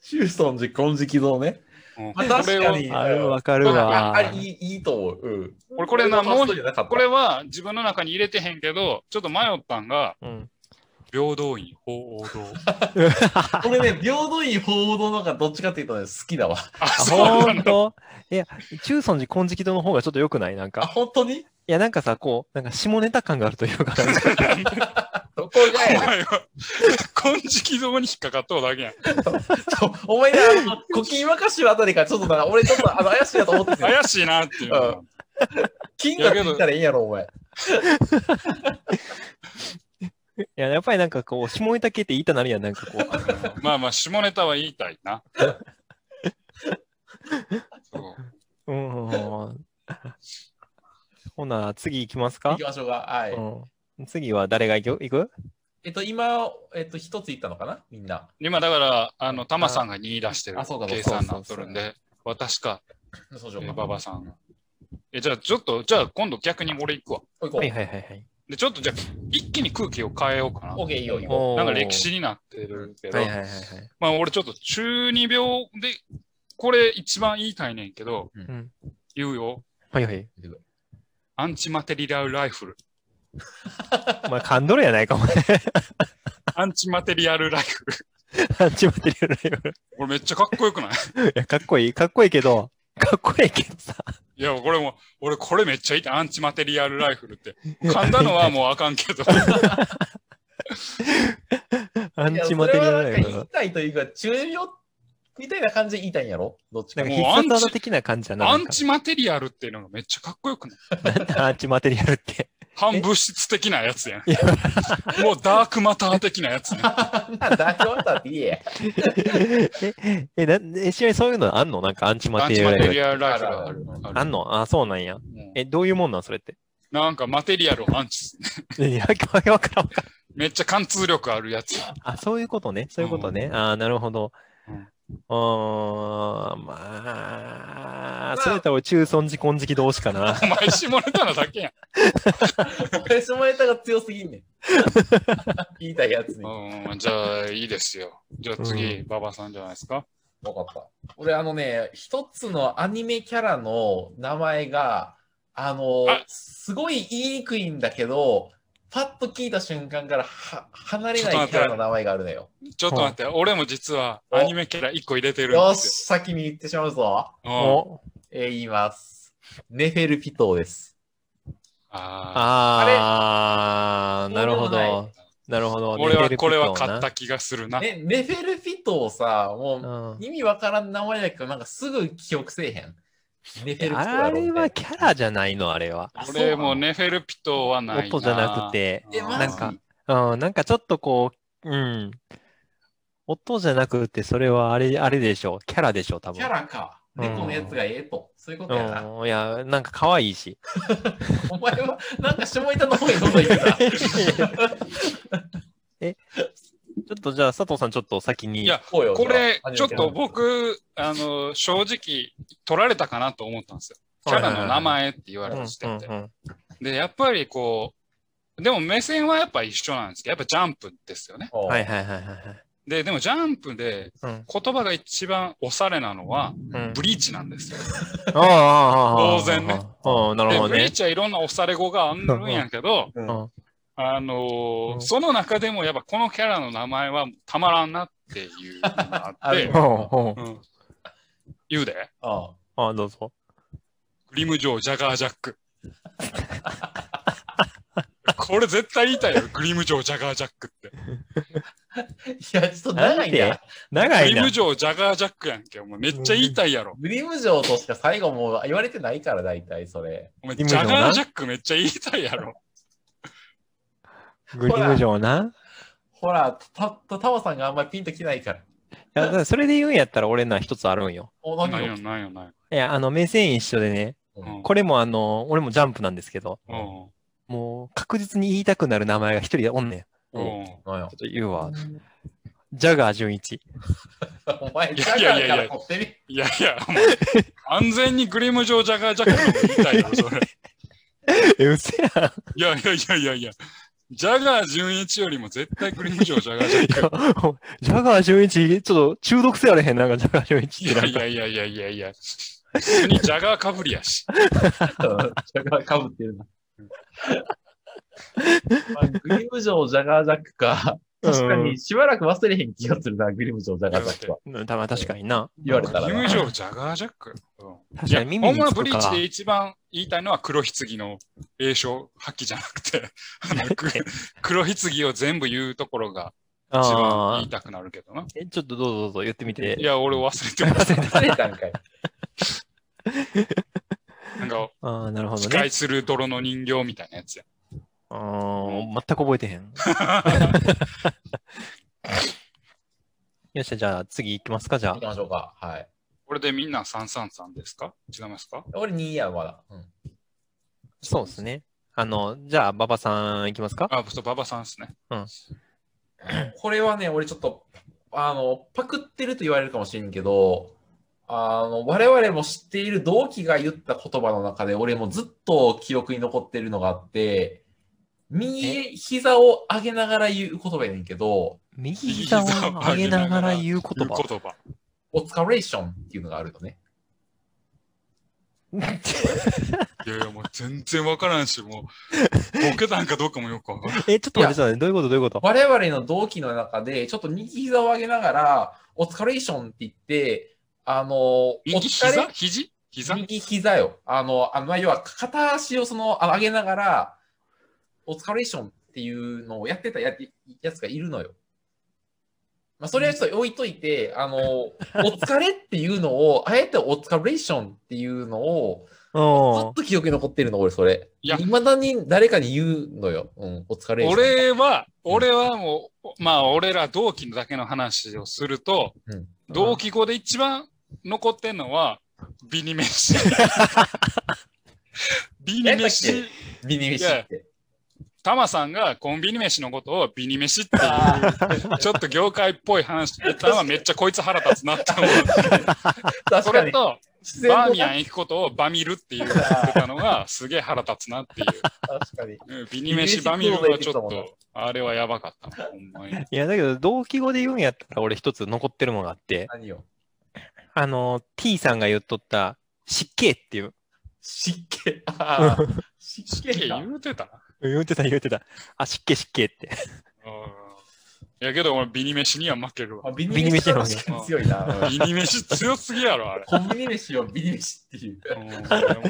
[SPEAKER 4] 中尊寺金色堂ね。
[SPEAKER 1] うん
[SPEAKER 4] まあ確かに。
[SPEAKER 3] ある
[SPEAKER 4] うん
[SPEAKER 3] わかる
[SPEAKER 4] あ。
[SPEAKER 3] わ
[SPEAKER 4] あいいいいと思う。うん。
[SPEAKER 1] 俺これな
[SPEAKER 4] 俺はそうじゃなかった
[SPEAKER 1] これは自分の中に入れてへんけど、ちょっと迷ったんが、
[SPEAKER 3] うん。
[SPEAKER 1] 平等院鳳凰堂。
[SPEAKER 4] 俺ね、平等院報道の方がどっちかっていうとね、好きだわ。
[SPEAKER 1] あ、
[SPEAKER 3] あ、
[SPEAKER 1] そう
[SPEAKER 3] ほ
[SPEAKER 1] なんの
[SPEAKER 3] といや、中尊寺金色堂の方がちょっと良くないなん
[SPEAKER 4] あ、
[SPEAKER 3] か。
[SPEAKER 4] 本当に
[SPEAKER 3] いや、なんかさ、こう、なんか下ネタ感があるという か。
[SPEAKER 4] どこが
[SPEAKER 1] お
[SPEAKER 4] やねん
[SPEAKER 1] 前は、金色堂に引っかかっただけやん。
[SPEAKER 4] そうお前ね、あの、古今和歌集あたりからちょっとなんか俺ちょっとあの 怪しいなと思ってて。
[SPEAKER 1] 怪しいなっていうのが。
[SPEAKER 4] 金がついたらいいやろ、お前。
[SPEAKER 3] いや、やっぱりなんかこう、下ネタ系って言いたなるやん、なんかこ う。
[SPEAKER 1] まあまあ、下ネタは言いたいな。そう
[SPEAKER 3] うんうんうん。ほな、次行きます
[SPEAKER 4] 行
[SPEAKER 3] か
[SPEAKER 4] き、ましょうか。はい。
[SPEAKER 3] うん、次は誰が行く行く
[SPEAKER 4] えっと、今、えっと、一つ言ったのかなみんな。
[SPEAKER 1] 今だから、あの、タマさんが2位出してる
[SPEAKER 4] あそうかそう
[SPEAKER 1] 計
[SPEAKER 4] か
[SPEAKER 1] 算になっとるんで、私か、
[SPEAKER 4] そうし
[SPEAKER 1] え
[SPEAKER 4] よう
[SPEAKER 1] ー
[SPEAKER 4] か。
[SPEAKER 1] 馬場さんが。え、じゃあちょっと、じゃあ今度逆に俺行くわ。
[SPEAKER 4] おいこう
[SPEAKER 3] はいはいはいはい。
[SPEAKER 1] で、ちょっとじゃあ、一気に空気を変えようかな
[SPEAKER 4] オ。ッケー、いいよ、いいよ。
[SPEAKER 3] おー
[SPEAKER 1] なんか歴史になってるけど、
[SPEAKER 3] はいはいはいはい。
[SPEAKER 1] まあ俺ちょっと中二病で、これ一番言いたいねんけど、
[SPEAKER 3] うん。
[SPEAKER 1] 言うよ。
[SPEAKER 3] はいはい。
[SPEAKER 1] アンチマテリアルライフル。
[SPEAKER 3] お前、カンドルやないか、お前。
[SPEAKER 1] アンチマテリアルライフル。
[SPEAKER 3] アンチマテリアルライブ
[SPEAKER 1] これめっちゃかっこよくない
[SPEAKER 3] いや、かっこいい、かっこいいけど、かっこ いいけどさ。
[SPEAKER 1] いや、これも、俺これめっちゃいいって、アンチマテリアルライフルって。噛んだのはもうあかんけど。
[SPEAKER 3] アン
[SPEAKER 4] いや
[SPEAKER 3] チマテリアルライ
[SPEAKER 4] それはなんか言
[SPEAKER 3] ブ
[SPEAKER 4] いたいというか、中二病みたいな感じで言いたいんやろどっち
[SPEAKER 3] な
[SPEAKER 4] か
[SPEAKER 3] ん
[SPEAKER 4] に。
[SPEAKER 3] か
[SPEAKER 1] もう
[SPEAKER 3] 必殺技的な感じやな。
[SPEAKER 1] ア
[SPEAKER 3] なん
[SPEAKER 1] ン
[SPEAKER 3] か
[SPEAKER 1] チマテリアルっていうのがめっちゃかっこよくない
[SPEAKER 3] なんだアンチマテリアル って。
[SPEAKER 1] 反物質的なやつやん
[SPEAKER 3] いや。
[SPEAKER 1] もうダークマター的なやつね。
[SPEAKER 4] ダークマターって言えや。
[SPEAKER 3] え、え、なんえ、ちなみにそういうのあんのなんかアンチ
[SPEAKER 1] ア
[SPEAKER 3] マ
[SPEAKER 1] ン
[SPEAKER 3] テリ
[SPEAKER 1] チマ
[SPEAKER 3] アルラ
[SPEAKER 1] テ
[SPEAKER 3] イブ
[SPEAKER 1] リアルライフル
[SPEAKER 4] あ
[SPEAKER 1] あ
[SPEAKER 4] る
[SPEAKER 1] る。ある
[SPEAKER 3] あんのあ、そうなんや。
[SPEAKER 1] うん
[SPEAKER 3] え、どういうもんなんそれって。
[SPEAKER 1] なんかマテリアルをアンチする。
[SPEAKER 3] いや、わけわからんわからん。
[SPEAKER 1] めっちゃ貫通力あるやつ。
[SPEAKER 3] あ、そういうことね。そういうことね。ああ、なるほど。
[SPEAKER 1] うん
[SPEAKER 3] うーん、まあ、それと俺、中尊寺金色同士かな。
[SPEAKER 1] お前下ネタなだけ やん。
[SPEAKER 4] 俺、下ネタが強すぎんねん。言いたいやつに。わ
[SPEAKER 1] うん、じゃあいいですよ。じゃあ次、馬場さんじゃないですか。
[SPEAKER 4] かった。俺、あのね、一つのアニメキャラの名前が、あの
[SPEAKER 1] あ、
[SPEAKER 4] すごい言いにくいんだけど、パッと聞いた瞬間からは離れないキャラの名前があるのよ。
[SPEAKER 1] ちょっと待って、俺も実はアニメキャラ1個入れてるん
[SPEAKER 4] よ
[SPEAKER 1] で
[SPEAKER 4] し、
[SPEAKER 1] す
[SPEAKER 4] 先に言ってしまうぞ。
[SPEAKER 1] よ。うん
[SPEAKER 3] お
[SPEAKER 4] えー、言います。ネフェルピトーです。
[SPEAKER 1] あ
[SPEAKER 3] ああ
[SPEAKER 4] れ
[SPEAKER 3] なるほ
[SPEAKER 4] そうでも
[SPEAKER 3] ど。なるほど。
[SPEAKER 1] ー俺
[SPEAKER 3] ネ
[SPEAKER 1] は
[SPEAKER 3] ペル
[SPEAKER 1] これは
[SPEAKER 3] ピト
[SPEAKER 1] 買
[SPEAKER 3] ーな
[SPEAKER 1] った気がするな。
[SPEAKER 4] ね、ネフェルピトーさ、もう、
[SPEAKER 3] うん
[SPEAKER 4] 意味わからん名前だけど、なんかすぐ記憶せえへん。ネフェルピトー
[SPEAKER 3] あ
[SPEAKER 4] だろ
[SPEAKER 3] れ
[SPEAKER 4] みた
[SPEAKER 3] はいキャラじゃないの、あれは。
[SPEAKER 4] な。
[SPEAKER 1] 俺もう
[SPEAKER 4] ね
[SPEAKER 1] ネフェルピトはないな。
[SPEAKER 3] 音じゃなくて、
[SPEAKER 4] え、
[SPEAKER 1] あー
[SPEAKER 4] マジ
[SPEAKER 3] なんかうん、なんかちょっとこう、うん。音じゃなくて、それはあれ、あれでしょう。キャラでしょう、多分。
[SPEAKER 4] キャラか。
[SPEAKER 3] うん
[SPEAKER 4] 猫のやつがええと。そういうことやな。
[SPEAKER 3] うん、いや、なんか可愛いし。
[SPEAKER 4] お前は、なんか下板の方にどんどん行くな。
[SPEAKER 3] ちょっとじゃあ、佐藤さん、ちょっと先に。
[SPEAKER 1] いや
[SPEAKER 4] こうよ
[SPEAKER 1] これ、ちょっ。
[SPEAKER 4] じゃあ
[SPEAKER 1] と僕、あの、正直、取られたかなと思ったんですよ。キャラの名前って言われ
[SPEAKER 3] うん、
[SPEAKER 1] た時点で
[SPEAKER 3] うん。うん
[SPEAKER 1] で、やっぱりこう、でも目線はやっぱ一緒なんですけど、やっぱジャンプですよね。
[SPEAKER 4] おう
[SPEAKER 3] はいはいはいはいはい。
[SPEAKER 1] で、でもジャンプで
[SPEAKER 3] うん
[SPEAKER 1] 言葉が一番おしゃれなのは、
[SPEAKER 3] うん
[SPEAKER 1] ブリーチなんですよ。
[SPEAKER 3] ああああああ
[SPEAKER 1] 当然ね。
[SPEAKER 3] ああなる
[SPEAKER 1] で、
[SPEAKER 3] ほど
[SPEAKER 1] ブリー
[SPEAKER 3] ね。
[SPEAKER 1] チはいろんなおしゃれ語があるんやけど、
[SPEAKER 4] うん
[SPEAKER 3] うん
[SPEAKER 1] あの
[SPEAKER 3] う
[SPEAKER 1] ー
[SPEAKER 3] ん
[SPEAKER 1] その中でもやっぱこのキャラの名前はたまらんなっていうの があって
[SPEAKER 4] あ、
[SPEAKER 3] ほうほう
[SPEAKER 1] うん言うで、
[SPEAKER 4] あ
[SPEAKER 3] ああ、どうぞ。
[SPEAKER 1] グリムジョー、ジャガージャック。 これ絶対言いたいよ、グリムジョー、ジャガージャックって。
[SPEAKER 4] いや、ちょっと長い
[SPEAKER 3] なん
[SPEAKER 4] な。
[SPEAKER 3] 長い
[SPEAKER 1] リ
[SPEAKER 3] な
[SPEAKER 1] ム。城ジャガージャックやんけ。お前めっちゃ言いたいやろ。
[SPEAKER 4] グリム城としか最後もう言われてないから、大体それ。
[SPEAKER 1] お前
[SPEAKER 3] リ
[SPEAKER 1] ジ
[SPEAKER 3] ム城な
[SPEAKER 1] ャガージャックめっちゃ言いたいやろ。
[SPEAKER 3] グリム城な。
[SPEAKER 4] ほら、た、た、たまさんがあんまりピンときないから。
[SPEAKER 3] いやだからそれで言うんやったら俺な一つあるんよ。
[SPEAKER 4] お、
[SPEAKER 1] な
[SPEAKER 4] 何
[SPEAKER 1] ん
[SPEAKER 4] よ
[SPEAKER 1] よ、なんよ、なんよ。
[SPEAKER 3] いや、あの、目線一緒でね、
[SPEAKER 1] うん
[SPEAKER 3] これもあの、俺もジャンプなんですけど、
[SPEAKER 1] うん
[SPEAKER 3] もう確実に言いたくなる名前が一人おんねん。ち
[SPEAKER 1] うん
[SPEAKER 4] 何よ
[SPEAKER 3] ょっ。と言うわ。ジャガー純一。
[SPEAKER 4] お前、
[SPEAKER 1] い
[SPEAKER 4] ジ
[SPEAKER 1] や
[SPEAKER 4] ャ
[SPEAKER 1] いや
[SPEAKER 4] ガ
[SPEAKER 1] いや
[SPEAKER 4] ー
[SPEAKER 1] い
[SPEAKER 4] か
[SPEAKER 1] や
[SPEAKER 4] ら取ってみ。
[SPEAKER 1] いやいや、お前安全にグリム城ジャガージャックも言いたいやろ、それ。
[SPEAKER 3] え、うせやん。
[SPEAKER 1] いやいやいやいやいや。ジャガー純一よりも絶対グリム城ジャガージャッ
[SPEAKER 3] いやジャガー純一、ちょっと中毒性あれへん、なんかジャガー純
[SPEAKER 1] ク。
[SPEAKER 3] 一っ
[SPEAKER 1] い
[SPEAKER 3] てな
[SPEAKER 1] や
[SPEAKER 3] ん
[SPEAKER 1] い
[SPEAKER 3] か。
[SPEAKER 1] やいやいやいやいや。普通にジャガーかぶりやし。
[SPEAKER 4] ジャガーかぶってるな。まあ、 グリム城ジャガージャックか。確かに、しばらく忘れへん気がするな、グリム城ジャガージャックは。
[SPEAKER 3] うん。たま確かにな。
[SPEAKER 4] 言われたら
[SPEAKER 1] グリ
[SPEAKER 4] な
[SPEAKER 1] ム。城ジャガージャック。うんい
[SPEAKER 3] 確か
[SPEAKER 1] や、
[SPEAKER 3] に耳
[SPEAKER 1] ほん
[SPEAKER 3] に
[SPEAKER 1] まは
[SPEAKER 3] つ
[SPEAKER 1] ブ
[SPEAKER 3] く
[SPEAKER 1] リーチ
[SPEAKER 3] か
[SPEAKER 1] で。一番言いたいのは黒棺の栄称発揮じゃなくて、あの く黒棺を全部言うところが一番
[SPEAKER 3] あ
[SPEAKER 1] 言
[SPEAKER 3] あ
[SPEAKER 1] い。たくなるけどな。
[SPEAKER 3] え、ちょっとどうぞどうぞ言ってみて。
[SPEAKER 1] い や、俺忘れてました。
[SPEAKER 4] 忘れたんかい。
[SPEAKER 1] なんか、
[SPEAKER 3] ああ、 なるほど
[SPEAKER 1] 司
[SPEAKER 3] ね
[SPEAKER 1] 会。する泥の人形みたいなやつや。
[SPEAKER 3] あー全く覚えてへん。よっしゃ、じゃあ次行きますか、じゃ
[SPEAKER 4] 行き
[SPEAKER 3] あ。
[SPEAKER 4] ましょうか。はい。
[SPEAKER 1] これでみんな333ですか違いますか
[SPEAKER 4] 俺2位や、まだ。うん
[SPEAKER 3] そうですね。あの、じゃあ、馬場さん行きますか。
[SPEAKER 1] あ、そう、馬場さんですね。
[SPEAKER 4] これはね、俺ちょっと、あの、パクってると言われるかもしれんけど、あの、我々も知っている同期が言った言葉の中で、俺もずっと記憶に残ってるのがあって、右膝を上げながら言う言葉やねんけど、
[SPEAKER 3] 右膝を上げながら言う言葉。
[SPEAKER 1] 言葉。
[SPEAKER 4] オ疲れーションっていうのがあるのね。
[SPEAKER 1] いやいや、もう全然わからんし、もう、 ボケたんかどうかもよくわからん。
[SPEAKER 3] え、ちょっと待って、ちょっと待ってどういうことどういうこと
[SPEAKER 4] 我々の同期の中で、ちょっと右膝を上げながら、オ疲れーションって言って、あの、お
[SPEAKER 1] 右
[SPEAKER 4] 疲れ
[SPEAKER 1] 膝肘膝
[SPEAKER 4] 右膝よ。あの、あのまあ要は片足をそのあ上げながら、オスカレーションっていうのをやってたややつがいるのよ。まあ、それはちょっと置いといて、あの、お疲れっていうのを、あえてオスカレーションっていうのを、ずっ
[SPEAKER 3] う
[SPEAKER 4] と記憶に残ってるの、俺、それ。
[SPEAKER 1] いや
[SPEAKER 4] いまだに誰かに言うのよ。うん、オスカレーション。
[SPEAKER 1] 俺は、
[SPEAKER 4] うん
[SPEAKER 1] 俺はもう、まあ、俺ら同期だけの話をすると、
[SPEAKER 4] うん
[SPEAKER 1] 同期語で一番残ってんのは、ビニ 飯。ビニ
[SPEAKER 4] え
[SPEAKER 1] 飯。
[SPEAKER 4] ビニミシって。
[SPEAKER 1] タマさんがコンビニ飯のことをビニ飯っていう、ちょっと業界っぽい話してたのはめっちゃこいつ腹立つなって思う。
[SPEAKER 4] 確
[SPEAKER 1] そ
[SPEAKER 4] か
[SPEAKER 1] れ
[SPEAKER 4] に。
[SPEAKER 1] と、
[SPEAKER 4] 自
[SPEAKER 1] バ
[SPEAKER 4] 然
[SPEAKER 1] ー
[SPEAKER 4] と
[SPEAKER 1] ミヤン行くことをバミルって言ってたのがすげえ腹立つなっていう。
[SPEAKER 4] 確かに。
[SPEAKER 1] うんビニ飯バミルはちょっと、あれはやばかったな。ほんまに。
[SPEAKER 3] いや、だけど、同期語で言うんやったら、俺一つ残ってるものがあって、
[SPEAKER 4] 何よ。
[SPEAKER 3] あの、T さんが言っとった、湿気っていう。
[SPEAKER 4] 湿気。 あー湿
[SPEAKER 1] い
[SPEAKER 4] 気
[SPEAKER 1] や
[SPEAKER 4] か。
[SPEAKER 1] 言うてたな。
[SPEAKER 3] 言うてた、言うてた。あ、湿気、湿気って。
[SPEAKER 1] いやけど俺ビニ飯には負け るわ。
[SPEAKER 4] あビ
[SPEAKER 3] ビニ飯
[SPEAKER 4] は確かに強いな。
[SPEAKER 1] ビニ飯強すぎやろ、あれ。
[SPEAKER 4] コンビニ飯をビニ飯っていう。
[SPEAKER 1] うんお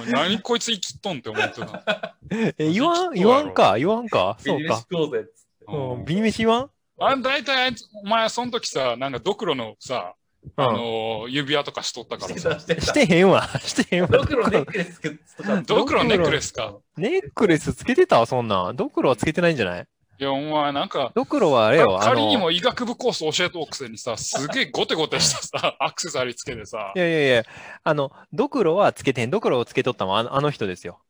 [SPEAKER 1] 前何こいつ生きっとんって思ってた。
[SPEAKER 3] え、言わん、言わんか、言わんか。
[SPEAKER 4] ビ
[SPEAKER 3] そ
[SPEAKER 4] ニ
[SPEAKER 3] う
[SPEAKER 4] 飯
[SPEAKER 3] か。
[SPEAKER 4] 食おうぜ。
[SPEAKER 1] う
[SPEAKER 3] うんん、ビニ飯言わん
[SPEAKER 1] あ大体あいつ、お前、その時さ、なんかドクロのさ、
[SPEAKER 3] う
[SPEAKER 1] あ
[SPEAKER 3] ん。
[SPEAKER 1] のー指輪とかしとったか
[SPEAKER 4] し
[SPEAKER 1] らさ
[SPEAKER 4] て た、。して。
[SPEAKER 3] したてへんわ。 してへんわ。
[SPEAKER 4] ドクロネックレスとか。
[SPEAKER 1] ドクロネックレスか。
[SPEAKER 3] ネックレスつけてたそんなん。ドクロはつけてないんじゃない
[SPEAKER 1] いや、お前、なんか、
[SPEAKER 3] ドクロはあれよ、あ
[SPEAKER 1] 仮に
[SPEAKER 3] の、
[SPEAKER 1] も医学部コース教えとおくせにさ、すげえゴテゴテしたさ、 アクセサリーつけてさ
[SPEAKER 3] い、やいやいや、あの、ドクロはつけてへん。ドクロをつけとったのはあのあの人ですよ。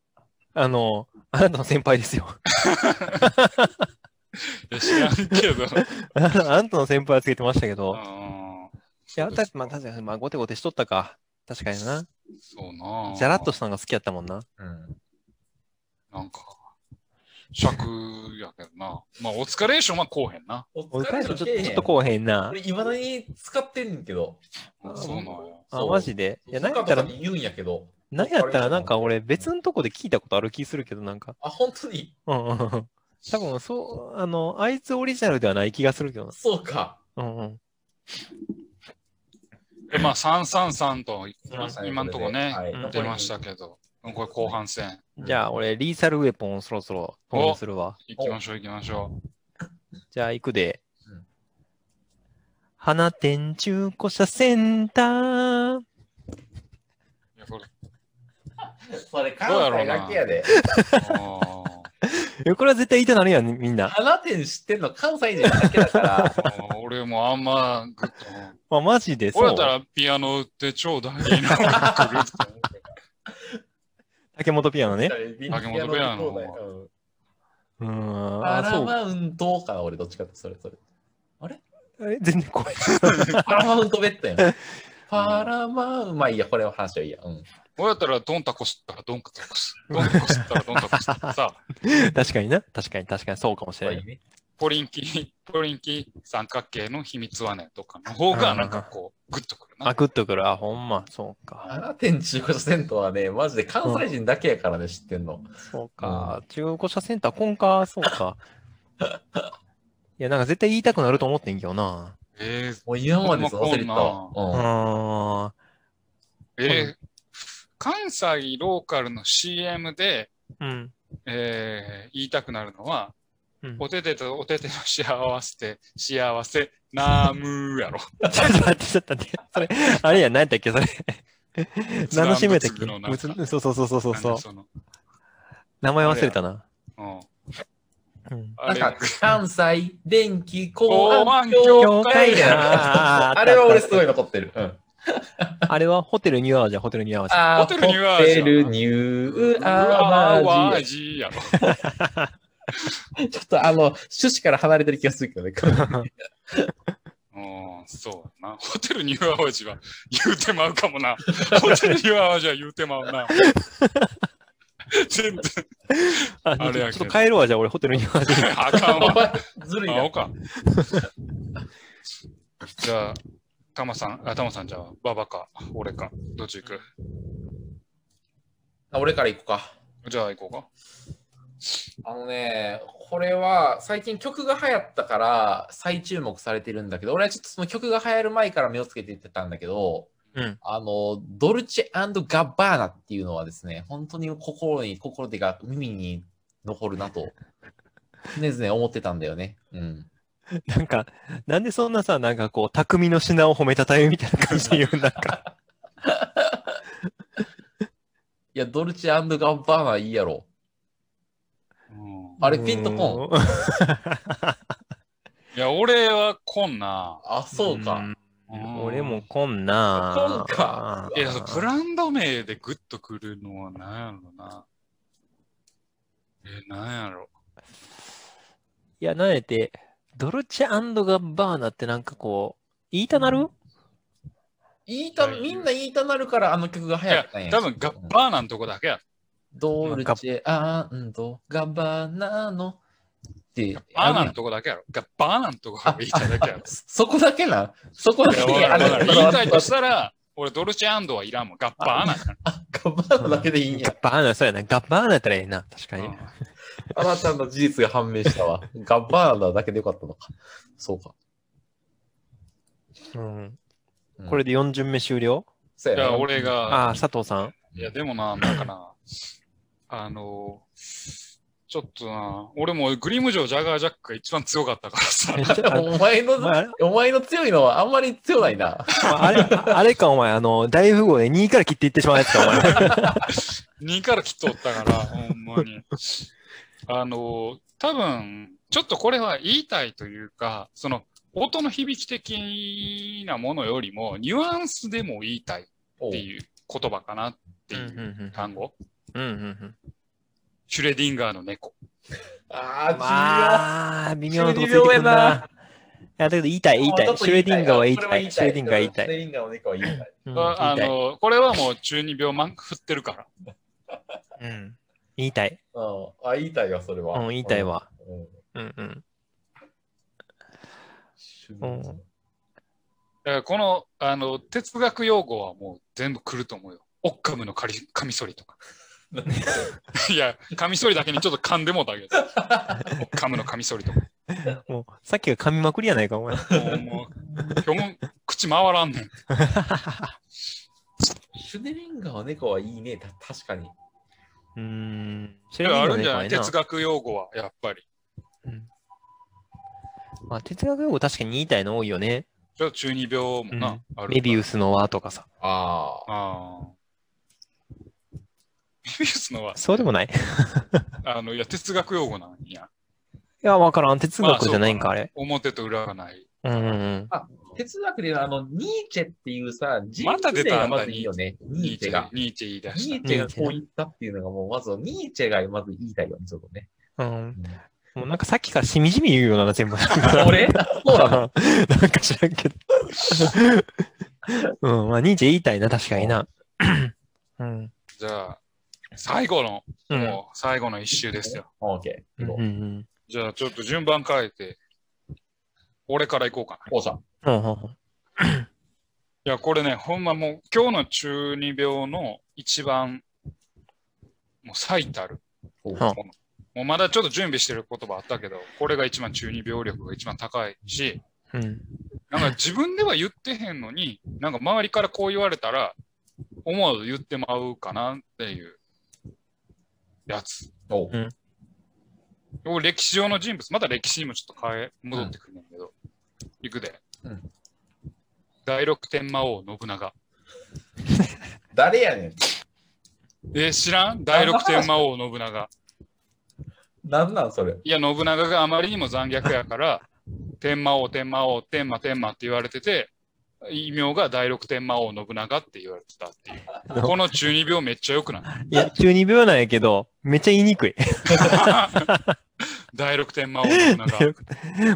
[SPEAKER 3] あの、あなたの先輩ですよ。
[SPEAKER 1] いや知らんけ ど。
[SPEAKER 3] あなたあなたの先輩はつけてましたけど。
[SPEAKER 1] あー
[SPEAKER 3] いや、たまあ、確かに、まあ、ゴテゴテしとったか。確かにな。
[SPEAKER 1] そうな。
[SPEAKER 3] じゃらっとしたのが好きやったもんな。
[SPEAKER 4] うん
[SPEAKER 1] なんか、尺やけどな。まあ、オスカレーションはこうへんな。
[SPEAKER 4] お
[SPEAKER 3] 俺、
[SPEAKER 4] 疲れ
[SPEAKER 3] 大将
[SPEAKER 4] 様
[SPEAKER 3] ちょっとちょっと
[SPEAKER 4] う。
[SPEAKER 3] こうへんな
[SPEAKER 4] こ。れ、いまだに使ってんねんけど。
[SPEAKER 3] あ
[SPEAKER 1] そうなんや。
[SPEAKER 3] あ、
[SPEAKER 4] そう
[SPEAKER 3] マジで。いや、なんやった
[SPEAKER 4] と
[SPEAKER 3] ら
[SPEAKER 4] か、に言うんやけど。
[SPEAKER 3] なんやったら、なんか俺、別のとこで聞いたことある気するけど、なんか。
[SPEAKER 4] あ、本当に
[SPEAKER 3] うんうんうん。多分、そう、あの、あいつオリジナルではない気がするけどな。
[SPEAKER 4] そうか。
[SPEAKER 3] うんうん。
[SPEAKER 1] え、まあ、333と今んとこね、
[SPEAKER 4] はい
[SPEAKER 3] うん
[SPEAKER 1] 出ましたけど、これ後半戦。
[SPEAKER 3] じゃあ、俺、リーサルウェポンそろそろ投入するわ。
[SPEAKER 1] 行きましょう、行きましょう。
[SPEAKER 3] じゃあ、行くで
[SPEAKER 4] うん。
[SPEAKER 3] 花店中古車センター。
[SPEAKER 1] いやこれ
[SPEAKER 4] それ関
[SPEAKER 1] どうやろ
[SPEAKER 4] 西
[SPEAKER 1] うな
[SPEAKER 4] だけやで。
[SPEAKER 1] あ
[SPEAKER 3] えこれは絶対言いたなるやん、みんな。
[SPEAKER 4] 花店知ってんの関西人だけだ から。
[SPEAKER 1] ー俺もあんまグッと。
[SPEAKER 3] まあ、マジで、
[SPEAKER 1] 俺
[SPEAKER 3] そ
[SPEAKER 1] だ
[SPEAKER 3] う
[SPEAKER 1] っ。たらピアノ売って超大事なのが来るって思うけど
[SPEAKER 3] 竹本ピアノね。
[SPEAKER 4] 竹
[SPEAKER 1] 竹本ペアの方が
[SPEAKER 3] うーん。
[SPEAKER 4] パ
[SPEAKER 3] あ、
[SPEAKER 4] ラ
[SPEAKER 3] そうか。
[SPEAKER 4] マウントか、俺どっちかってそれそれ。
[SPEAKER 3] え全然怖い。
[SPEAKER 4] パラマウントベッドやん。パラマウン、まあいいや、これは話はいいや。うん。
[SPEAKER 1] 俺だったらドンタコスったらドンタコス。ドンタコスったらドンタコスってさ、
[SPEAKER 3] 確かにな。確かに、確かに、そうかもしれない。
[SPEAKER 1] ポリンキ、ポリンキ三角形の秘密はねとかの方がなんかこう、グッとくる
[SPEAKER 3] あ、
[SPEAKER 1] な。
[SPEAKER 3] グッとくる。あ、ほんま、そうか。
[SPEAKER 4] 花店中古車センターはね、マジで関西人だけやからね、知ってんの。
[SPEAKER 3] そうか。中古車センター、こんか、そう か。いや、なんか絶対言いたくなると思ってんけどな。
[SPEAKER 1] えー、
[SPEAKER 4] もう今までその忘れてたわ。う
[SPEAKER 3] う
[SPEAKER 4] ん
[SPEAKER 3] ーん。
[SPEAKER 1] えー、関西ローカルの CM で、
[SPEAKER 3] うん。
[SPEAKER 1] えー、言いたくなるのは、
[SPEAKER 3] うん
[SPEAKER 1] お手手とお手手の幸せで幸せナームーやろ。
[SPEAKER 3] ちょっと待って、ちょっと待って。それ、あれや、何やったっけ、それ。何の締めたっ
[SPEAKER 1] 仏壇仏
[SPEAKER 3] け
[SPEAKER 1] 具の中
[SPEAKER 3] 仏そうそうそうそうそ
[SPEAKER 1] な
[SPEAKER 3] う
[SPEAKER 1] ん
[SPEAKER 3] そう
[SPEAKER 1] か。その
[SPEAKER 3] 名前忘れたな。
[SPEAKER 1] うん、
[SPEAKER 3] うん。
[SPEAKER 1] あれ
[SPEAKER 4] なんか、関西電気公
[SPEAKER 1] 公
[SPEAKER 4] 安
[SPEAKER 1] 安
[SPEAKER 4] 協
[SPEAKER 1] 協
[SPEAKER 4] 会
[SPEAKER 1] 会
[SPEAKER 4] みたいな。
[SPEAKER 3] あー
[SPEAKER 4] あれは俺すごい残ってる。うん
[SPEAKER 3] あれはホテルニューアワーじゃん、ホテルニューアワーじゃ
[SPEAKER 4] あ
[SPEAKER 3] ん。
[SPEAKER 4] ー
[SPEAKER 1] ホテルニューアージ
[SPEAKER 4] ホ
[SPEAKER 1] ア
[SPEAKER 4] テルニューアワ
[SPEAKER 1] わ
[SPEAKER 4] ー
[SPEAKER 1] ー
[SPEAKER 4] ジ
[SPEAKER 1] じやろ。
[SPEAKER 4] アちょっとあの、趣旨から離れてる気がするけどね。これ
[SPEAKER 1] うん、そうやな。ホテルニューアワジは言うてまうかもな。ホテルニューアワジは言うてまうな。全然、
[SPEAKER 3] あ
[SPEAKER 1] あれやけど
[SPEAKER 3] ちょっと帰るわ、じゃあ俺ホテルニューアワーじゃん。
[SPEAKER 1] あかん
[SPEAKER 4] お
[SPEAKER 1] わ。
[SPEAKER 4] 前 ずるい
[SPEAKER 1] あ、
[SPEAKER 4] な
[SPEAKER 1] お。か。じゃあ、タマさん、あ、タマさんじゃあ、ババか、俺か、どっち行く
[SPEAKER 4] あ俺から行こうか。
[SPEAKER 1] じゃあ行こうか。
[SPEAKER 4] あのね、これは最近曲が流行ったから再注目されてるんだけど、俺はちょっとその曲が流行る前から目をつけていってたんだけど、
[SPEAKER 3] うん
[SPEAKER 4] あの、ドルチェガッバーナっていうのはですね、本当に心に、心でが耳に残るなと、常々思ってたんだよね。うん。
[SPEAKER 3] なんか、なんでそんなさ、なんかこう、匠の品を褒めたたえみたいな感じで言う、なんか。
[SPEAKER 4] いや、ドルチェガッバーナいいやろ。
[SPEAKER 1] うん
[SPEAKER 4] あれピンとこん。
[SPEAKER 3] うーん。
[SPEAKER 1] いや、俺はこんな。
[SPEAKER 4] あ、そうか。
[SPEAKER 1] うん
[SPEAKER 3] 俺もこん
[SPEAKER 4] こ
[SPEAKER 3] な。
[SPEAKER 4] んか
[SPEAKER 1] いや、そのブランド名でグッとくるのは何やろな。え、何やろ。
[SPEAKER 3] いや、なんやって、ドルチェガッバーナってなんかこう、言いたなる
[SPEAKER 4] 言いた、みんな言いたなるからあの曲が
[SPEAKER 1] い
[SPEAKER 4] 流行
[SPEAKER 1] や
[SPEAKER 4] ったんや。、
[SPEAKER 1] 多分ガッバーナのとこだけや。
[SPEAKER 4] ドルチェアンドガバナのって
[SPEAKER 1] バーナのとこだけやろ。ガッバーナのとこが言いたいだけやろ。
[SPEAKER 4] そこだけなそこだ
[SPEAKER 1] い
[SPEAKER 4] け
[SPEAKER 1] やわからんわからん言いたいとし
[SPEAKER 4] ら
[SPEAKER 1] たら、俺ドルチェはいらんもん。ガッバーナやから。
[SPEAKER 4] ガバナだけでいいん
[SPEAKER 3] ガ
[SPEAKER 4] や
[SPEAKER 3] ッバーナ、そうやな。ガッバーナやったらええな。確かに。
[SPEAKER 4] あなたの事実が判明したわガバナだけでよかったのかそうか、
[SPEAKER 3] うん。
[SPEAKER 4] うん
[SPEAKER 3] これで4巡目終了
[SPEAKER 4] そう
[SPEAKER 1] うんい
[SPEAKER 4] や
[SPEAKER 1] や、
[SPEAKER 4] ね
[SPEAKER 1] 俺が
[SPEAKER 3] あ、あ、佐藤さ ん。
[SPEAKER 1] いや、でもな、なんかな、あの、ちょっとな、俺もグリムジョー・ジャガー・ジャックが一番強かったからさ。
[SPEAKER 3] えちょあ
[SPEAKER 4] お前
[SPEAKER 3] お前
[SPEAKER 4] の
[SPEAKER 3] あれ
[SPEAKER 4] お前の強いのはあんまり強ないな
[SPEAKER 3] あれ、あれか、お前、あの、大富豪で2位から切っていってしまうやつか、お前。
[SPEAKER 1] 2から切っとったから、ほんまに。あの、多分、ちょっとこれは言いたいというか、その、音の響き的なものよりも、ニュアンスでも言いたいっ
[SPEAKER 4] お
[SPEAKER 1] ていう言葉かなって
[SPEAKER 3] うんう
[SPEAKER 1] いうん単語。
[SPEAKER 3] うん。うんうんうん。
[SPEAKER 1] シュレディンガーの猫。
[SPEAKER 4] あ
[SPEAKER 3] まあ、微
[SPEAKER 4] 妙
[SPEAKER 3] 妙なとこついてくるな。いや、だけど言いた
[SPEAKER 4] あ
[SPEAKER 3] い、言いたい。シュレディンガーは言いたい。シュレディンガーは言いた
[SPEAKER 4] シュレ
[SPEAKER 3] い。
[SPEAKER 4] ディンガーの猫は言いたい
[SPEAKER 3] うん
[SPEAKER 1] あ
[SPEAKER 3] 言い
[SPEAKER 1] の、これはもう中二病漫画振ってるから。
[SPEAKER 3] たい。うん言いたい。
[SPEAKER 4] うんあ言いたいわそれは
[SPEAKER 3] うん、言いたいわ。
[SPEAKER 4] うん
[SPEAKER 3] うんうん。うん
[SPEAKER 1] だからこの、あの、哲学用語はもう全部来ると思うよ。オッカムのカリカミソリとか。 いや、カミソリだけにちょっと噛んでもうたけど。 オッカムのカミソリとか。
[SPEAKER 3] もう、さっきが噛みまくりやないか、お前。
[SPEAKER 1] もう、もう、基本口回らん ねん。
[SPEAKER 4] シュネリンガーは猫はいいね、た確かに。
[SPEAKER 3] うーん。シ
[SPEAKER 1] い
[SPEAKER 3] ュレデ
[SPEAKER 1] や
[SPEAKER 3] ィ
[SPEAKER 1] あ
[SPEAKER 3] ンガ
[SPEAKER 1] るん
[SPEAKER 3] ーの
[SPEAKER 1] じゃ
[SPEAKER 3] 猫
[SPEAKER 1] な
[SPEAKER 3] はええ
[SPEAKER 1] い
[SPEAKER 3] な
[SPEAKER 1] 哲学用語は、やっぱり。
[SPEAKER 3] うんまあ、哲学用語確かに言いたいの多いよね。
[SPEAKER 1] じゃあ中二病もな、あ
[SPEAKER 3] うん
[SPEAKER 1] るから
[SPEAKER 3] メビウスの輪とかさ。
[SPEAKER 4] ああ。
[SPEAKER 1] ああ。メビウスのは、
[SPEAKER 3] そうでもない い
[SPEAKER 1] あの、いや、哲学用語なんや。
[SPEAKER 3] や、わからん。哲学じゃないんか、あれ。
[SPEAKER 1] 表と裏がない。
[SPEAKER 3] うんうんうん。
[SPEAKER 4] 哲学でいうのはあの、ニーチェっていうさ、人
[SPEAKER 1] また出
[SPEAKER 4] 生
[SPEAKER 1] た
[SPEAKER 4] がまずいいよね。ニーチェが。
[SPEAKER 1] ニーチェ言い出
[SPEAKER 4] ニ
[SPEAKER 1] し
[SPEAKER 4] ーチェがこう言ったっていうのがもう、まず、ニーチェがまず言いたいよね、ちょっとね。
[SPEAKER 3] うん、もうなんかさっきからしみじみ言うような、全部。
[SPEAKER 4] 俺 そうなの
[SPEAKER 3] なんか知らんけど。 うん、まあ、ニーチェ言いたいな、確かにな。うん。
[SPEAKER 1] た。じゃあ、最後の、
[SPEAKER 3] うん。
[SPEAKER 1] もう最後の一周ですよ。
[SPEAKER 4] オーケ
[SPEAKER 3] う
[SPEAKER 4] ー。
[SPEAKER 3] んう
[SPEAKER 4] こ
[SPEAKER 3] んうん。
[SPEAKER 1] じゃあ、ちょっと順番変えて、俺から行こうかな。
[SPEAKER 4] うじゃん。
[SPEAKER 3] うんうんうん
[SPEAKER 1] いや、これね、ほんまもう、今日の中二病の一番、もう最たる。
[SPEAKER 4] こう
[SPEAKER 3] は
[SPEAKER 1] もうまだちょっと準備してる言葉あったけど、これが一番中二病力が一番高いし、
[SPEAKER 3] うん。
[SPEAKER 1] なんか自分では言ってへんのに、なんか周りからこう言われたら、思わず言ってまうかなっていうやつ。
[SPEAKER 4] おう
[SPEAKER 3] うん
[SPEAKER 1] 俺歴史上の人物、また歴史にもちょっと変え、戻ってくるんだけど、いくで。
[SPEAKER 4] うん
[SPEAKER 1] 第六天魔王信長。
[SPEAKER 4] 誰やねん。
[SPEAKER 1] えー知らん第六天魔王信長。
[SPEAKER 4] なんなんそれ。
[SPEAKER 1] いや、信長があまりにも残虐やから、 天魔王、天魔王、天魔、天魔って言われてて、異名が第六天魔王信長って言われてたっていう。 この中二病めっちゃ良くない
[SPEAKER 3] いや、中二病なんやけど、めっちゃ言いにくい。
[SPEAKER 1] 第六天魔王信 長。
[SPEAKER 3] も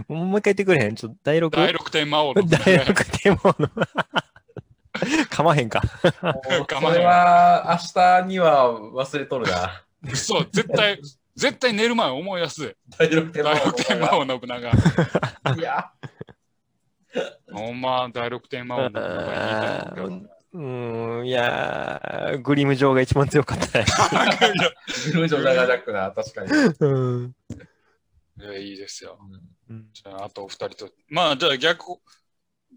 [SPEAKER 3] う もう一回言ってくれへん。ちょっと第六
[SPEAKER 1] 第六天魔王信
[SPEAKER 3] 大
[SPEAKER 1] 長。
[SPEAKER 3] 学でもの。 かまへんか。
[SPEAKER 1] 我慢
[SPEAKER 4] それは、明日には忘れとるな。
[SPEAKER 1] そう、絶対、絶対寝る前思い出す。
[SPEAKER 4] 第六天
[SPEAKER 1] 第
[SPEAKER 4] 魔
[SPEAKER 1] 六天魔
[SPEAKER 4] 王
[SPEAKER 1] 王信長。
[SPEAKER 4] が。いや、
[SPEAKER 1] ほんま、第六天魔王信長言いたいんだけど。
[SPEAKER 3] うーん、いやー、グリム上が一番強 かったね。
[SPEAKER 4] グルージョダガジャックな、確かに。う
[SPEAKER 3] うん。
[SPEAKER 1] いや、いいですよ。
[SPEAKER 4] ん
[SPEAKER 1] じゃあ、あとお二人と。まあ、じゃあ逆、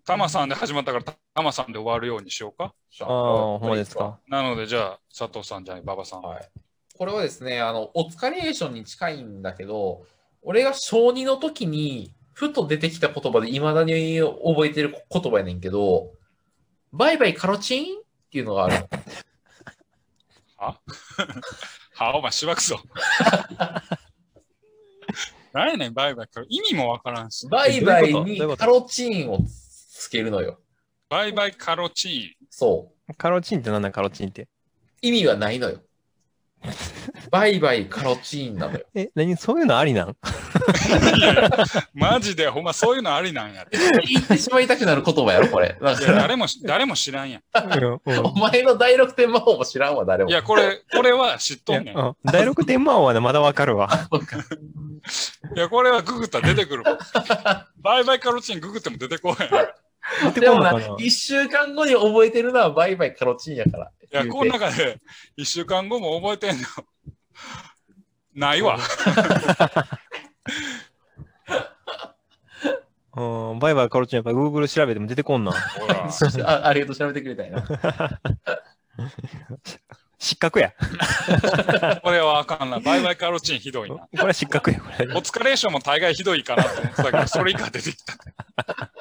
[SPEAKER 1] タマさんで始まったから、タマさんで終わるようにしようか。
[SPEAKER 3] ああ、ほんまですか。。
[SPEAKER 1] なので、じゃあ、佐藤さんじゃない、馬場さん。
[SPEAKER 4] はい。これはですね、あの、オツカリエーションに近いんだけど、俺が小2の時に、ふと出てきた言葉で未だに覚えてる言葉やねんけど、バイバイカロチンっていうのがある の。
[SPEAKER 1] はあ、お前、しば くぞ。何やねん、バイバイから。意味もわからんし。
[SPEAKER 4] バイバイ
[SPEAKER 3] どういうことどうい
[SPEAKER 4] にカロ
[SPEAKER 3] うこと
[SPEAKER 4] チンをつけるのよ。
[SPEAKER 1] バイバイカロチン。
[SPEAKER 4] そう。
[SPEAKER 3] カロチンってなんなんカロチンって。
[SPEAKER 4] 意味はないの よ。バイバイカロチンなのよ。
[SPEAKER 3] え、何そういうのありなん
[SPEAKER 1] いやいやマジで、ほんま、そういうのありなんやって。い
[SPEAKER 4] 言ってしまいたくなる言葉やろ、これ。だか
[SPEAKER 1] や
[SPEAKER 4] ら、
[SPEAKER 1] 誰も、 誰も知らんやん。
[SPEAKER 3] うんうん
[SPEAKER 4] お前の第六天魔法も知らんわ、誰も。
[SPEAKER 1] いや、これ、これは知っとんねん。
[SPEAKER 3] うん第六天魔王はね、まだわかる わ。
[SPEAKER 1] いや、これはググったら出てく るもん。バイバイカロチンググっても出てこへん。い
[SPEAKER 3] 出て
[SPEAKER 4] で
[SPEAKER 3] こ
[SPEAKER 4] も
[SPEAKER 3] んの
[SPEAKER 4] な
[SPEAKER 3] かな、
[SPEAKER 4] 一週間後に覚えてるのはバイバイカロチンやから。
[SPEAKER 1] や、
[SPEAKER 4] 言うて
[SPEAKER 1] この中で、一週間後も覚えてんの。ないわ。
[SPEAKER 3] うん、バイバイカロチンやっぱ Google 調べても出てこんな。
[SPEAKER 1] ほら。
[SPEAKER 4] あありがとう、調べてくれたんやな。
[SPEAKER 3] 失格や。
[SPEAKER 1] これはあかんな。バイバイカロチンひどいな。
[SPEAKER 3] これは失格や、これ。
[SPEAKER 1] オ疲れーションも大概ひどいかなと思ってたけど、それ以下出てき た。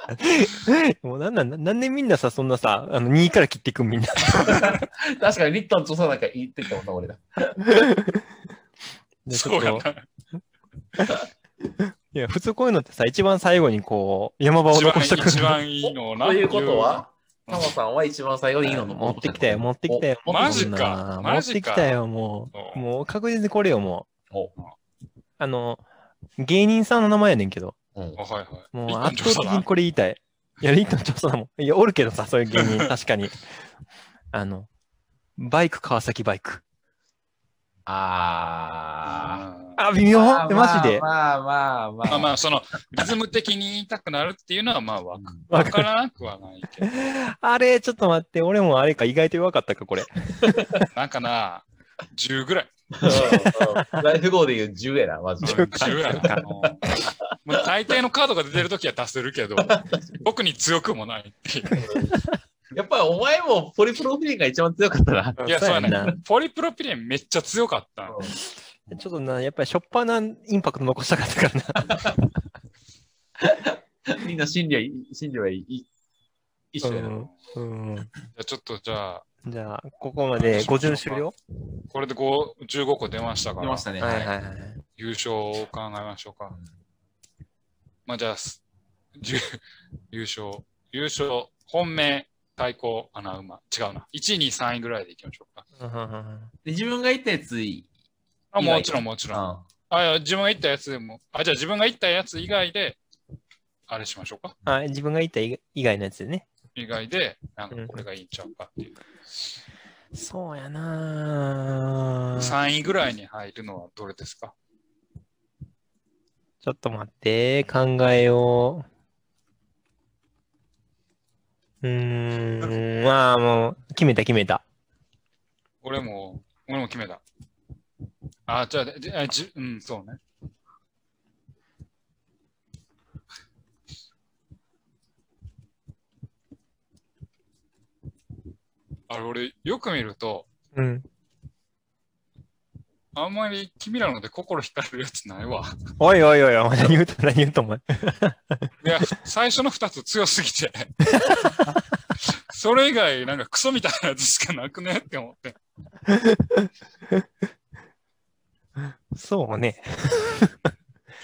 [SPEAKER 3] もうなんなん、ななんでみんなさ、そんなさ、あの、2から切っていくんみんな。
[SPEAKER 4] 確かにリットン調査なんか言ってたもんな、俺だ。
[SPEAKER 3] でちょ
[SPEAKER 1] そ
[SPEAKER 3] っ
[SPEAKER 1] う
[SPEAKER 3] と
[SPEAKER 1] やな。
[SPEAKER 3] いや、普通こういうのってさ、一番最後にこう、山場を
[SPEAKER 1] 一
[SPEAKER 3] 残しと
[SPEAKER 1] 番
[SPEAKER 3] く。
[SPEAKER 1] 一番いいのをな。
[SPEAKER 4] ということは、
[SPEAKER 1] 言
[SPEAKER 4] タ
[SPEAKER 1] う
[SPEAKER 4] マさんは一番最後にいいの
[SPEAKER 3] 持ってきたよ、持ってきたよ。
[SPEAKER 4] お
[SPEAKER 1] マジか
[SPEAKER 3] こんな
[SPEAKER 1] マジか
[SPEAKER 3] 持ってきたよ、もう。
[SPEAKER 1] うん
[SPEAKER 3] もう確実にこれよ、も
[SPEAKER 4] お
[SPEAKER 3] う。あの、芸人さんの名前やねんけど、
[SPEAKER 4] うん
[SPEAKER 1] あはいはい。
[SPEAKER 3] も
[SPEAKER 1] リッ
[SPEAKER 3] う
[SPEAKER 1] トン
[SPEAKER 3] 圧
[SPEAKER 1] 調
[SPEAKER 3] 倒
[SPEAKER 1] 査
[SPEAKER 3] 的
[SPEAKER 1] な
[SPEAKER 3] にこれ言いたい。いや、リットン調査だもん。いや、おるけどさ、そういう 芸人、確かに。あの、バイク、川崎バイク。
[SPEAKER 4] あ
[SPEAKER 3] あ、微妙
[SPEAKER 4] ー。
[SPEAKER 3] えマジで。
[SPEAKER 4] まあまあまあ
[SPEAKER 1] まあ
[SPEAKER 4] まあ。
[SPEAKER 1] まあ、 その、リズム的に言いたくなるっていうのは、まあ、わ
[SPEAKER 4] うん
[SPEAKER 1] わからなくはないけど。
[SPEAKER 3] あれ、ちょっと待って、俺もあれか、意外と弱かったか、これ。
[SPEAKER 1] なんかな、10ぐらい。
[SPEAKER 4] ライフ号で言う10やな、マジで。
[SPEAKER 3] 10か
[SPEAKER 1] 10やな。うんもう大抵のカードが出てるときは出せるけど、僕に強くもないっていう。
[SPEAKER 4] やっぱりお前もポリプロフィーが一番強かったな。
[SPEAKER 1] いや、そうやね
[SPEAKER 3] な。。
[SPEAKER 1] ポリプロピレンめっちゃ強かった。
[SPEAKER 3] ちょっとな、やっぱりしょっぱなインパクト残したかったからな。
[SPEAKER 4] みんな心理は、心理は一一緒やな。
[SPEAKER 3] うんうん
[SPEAKER 1] じゃあちょっとじゃあ、
[SPEAKER 3] じゃあ、ここまで5巡終了
[SPEAKER 1] これで5 15個出ましたか
[SPEAKER 4] 出
[SPEAKER 1] ら
[SPEAKER 4] まし、たね。
[SPEAKER 3] はいはい
[SPEAKER 4] は。
[SPEAKER 3] はいい。
[SPEAKER 1] 優勝を考えましょうか。まあじゃあ、すじゅ優勝、優勝、本命、対抗、穴馬、違うな。1位、2位、3位ぐらいでいきましょうか。
[SPEAKER 3] うんうんうん
[SPEAKER 4] で、自分が言ったやつ、い
[SPEAKER 1] あ
[SPEAKER 4] 以外
[SPEAKER 1] もちろん、もち
[SPEAKER 4] う
[SPEAKER 1] ろん。
[SPEAKER 4] ん。
[SPEAKER 1] あ、いや自分が言ったやつでも、あ、じゃあ自分が言ったやつ以外で、あれしましょうか。
[SPEAKER 3] あ自分が言った以外のやつでね。
[SPEAKER 1] 以外で、なんかこれがいいんちゃうかっていう。
[SPEAKER 3] そうやなぁ
[SPEAKER 1] 3位ぐらいに入るのはどれですか
[SPEAKER 3] ちょっと待って、考えよう。うーん、まあもう、決めた決めた。
[SPEAKER 1] 俺も、俺も決めた。あ、じゃあ、であじうん、そうね。あれ、俺、よく見ると、
[SPEAKER 3] うん。
[SPEAKER 1] あんまり君らので心惹かれるやつないわ。
[SPEAKER 3] おいおいおいおい、何言うと何言うとお前。
[SPEAKER 1] いや、最初の2つ強すぎて。それ以外、なんかクソみたいなやつしかなくねって思って。
[SPEAKER 3] そうね。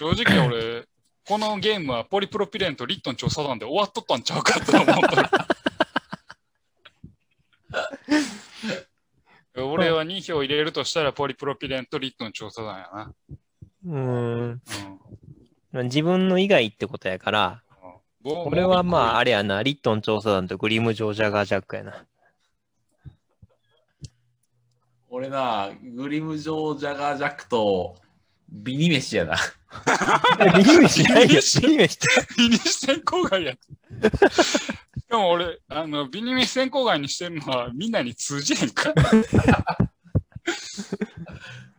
[SPEAKER 1] 正直俺、このゲームはポリプロピレンとリットン調査団で終わっとったんちゃうかと思った。俺は2票入れるとしたらポリプロピレンとリットン調査団やな。
[SPEAKER 3] うーん。
[SPEAKER 1] うん
[SPEAKER 3] まあ自分の以外ってことやから、俺はまあ、あれやな、リットン調査団とグリム・ジョージャガー・ジャックや な。
[SPEAKER 4] 俺な、グリム・ジョー・ジャガー・ジャックと、ビニメシやな。
[SPEAKER 3] ビニメしない
[SPEAKER 1] ビニ
[SPEAKER 3] よ
[SPEAKER 1] メ。シ
[SPEAKER 3] ビニメし
[SPEAKER 1] ビニ選考外や。でも俺、あの、ビニメ選考外にしてるのはみんなに通じへんから。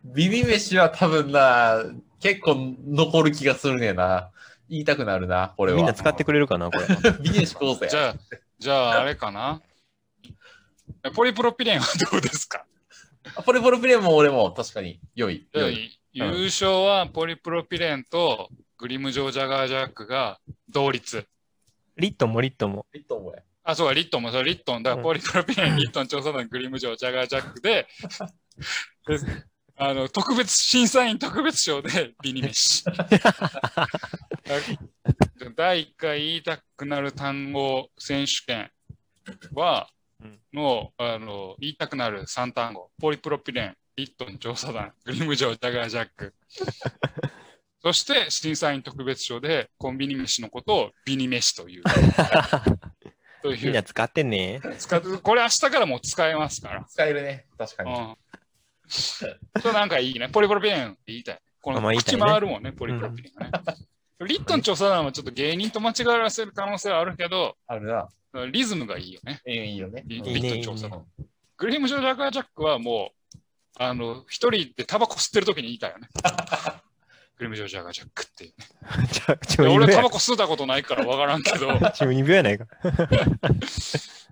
[SPEAKER 4] ビニメシは多分な、結構残る気がするねやな。言いたくなるな、これは。
[SPEAKER 3] みんな使ってくれるかな、 これ。
[SPEAKER 4] ビニメシこうぜ
[SPEAKER 1] じ。ゃあ、じゃああれかな。ポリプロピレンはどうですか
[SPEAKER 4] あポリポリプレイも俺も確かに良い。良い。
[SPEAKER 1] 優勝はポリプロピレンとグリム・ジョー・ジャガー・ジャックが同率。
[SPEAKER 3] リットンもリットンも。
[SPEAKER 4] いいと思うよ
[SPEAKER 1] あ、そうか、リットンも、そうリットン、だか
[SPEAKER 3] う
[SPEAKER 1] ら
[SPEAKER 3] ん
[SPEAKER 1] ポリプロピレン、リットン調査団、グリム・ジョー・ジャガー・ジャックで、であの、特別、審査員特別賞でビニメ シ。だ第1回言いたくなる単語選手権は
[SPEAKER 3] うん、
[SPEAKER 1] の、あの、言いたくなる3単語、ポリプロピレン、リットン調査団、グリム・ジョー・ジャガー・ジャッ ク。そして、審査員特別賞で、コンビニ飯のことをビニ飯と いう。とい
[SPEAKER 3] みん
[SPEAKER 1] う
[SPEAKER 3] な使ってね。
[SPEAKER 1] 使っこれ明日からもう使えますから。
[SPEAKER 4] 使えるね、確か
[SPEAKER 1] う
[SPEAKER 4] に。
[SPEAKER 1] ん。それなんかいいね。ポリプロピレンって言いたい。こ
[SPEAKER 3] あまあ
[SPEAKER 1] の
[SPEAKER 3] 言いたい
[SPEAKER 1] 口
[SPEAKER 3] ね
[SPEAKER 1] 回るもんね、ポリプロピレンがね。リットン調査団はちょっと芸人と間違わせる可能性はあるけど、
[SPEAKER 4] あるな。
[SPEAKER 1] リズムがいいよね。
[SPEAKER 4] いいよね。
[SPEAKER 1] リ
[SPEAKER 3] い
[SPEAKER 1] リ
[SPEAKER 3] いね
[SPEAKER 1] ットン調査団。グリーム・ジョージャガー・ジャックはもう、あの、一人でタバコ吸ってる時に言いたい よね。グリーム・ジョージャガー・ジャックっていうね。
[SPEAKER 3] ちょ中
[SPEAKER 1] で
[SPEAKER 3] 二
[SPEAKER 1] 俺
[SPEAKER 3] 病
[SPEAKER 1] タ
[SPEAKER 3] や
[SPEAKER 1] バコ吸ったことないからわからんけ ど、
[SPEAKER 3] 中二病やないか。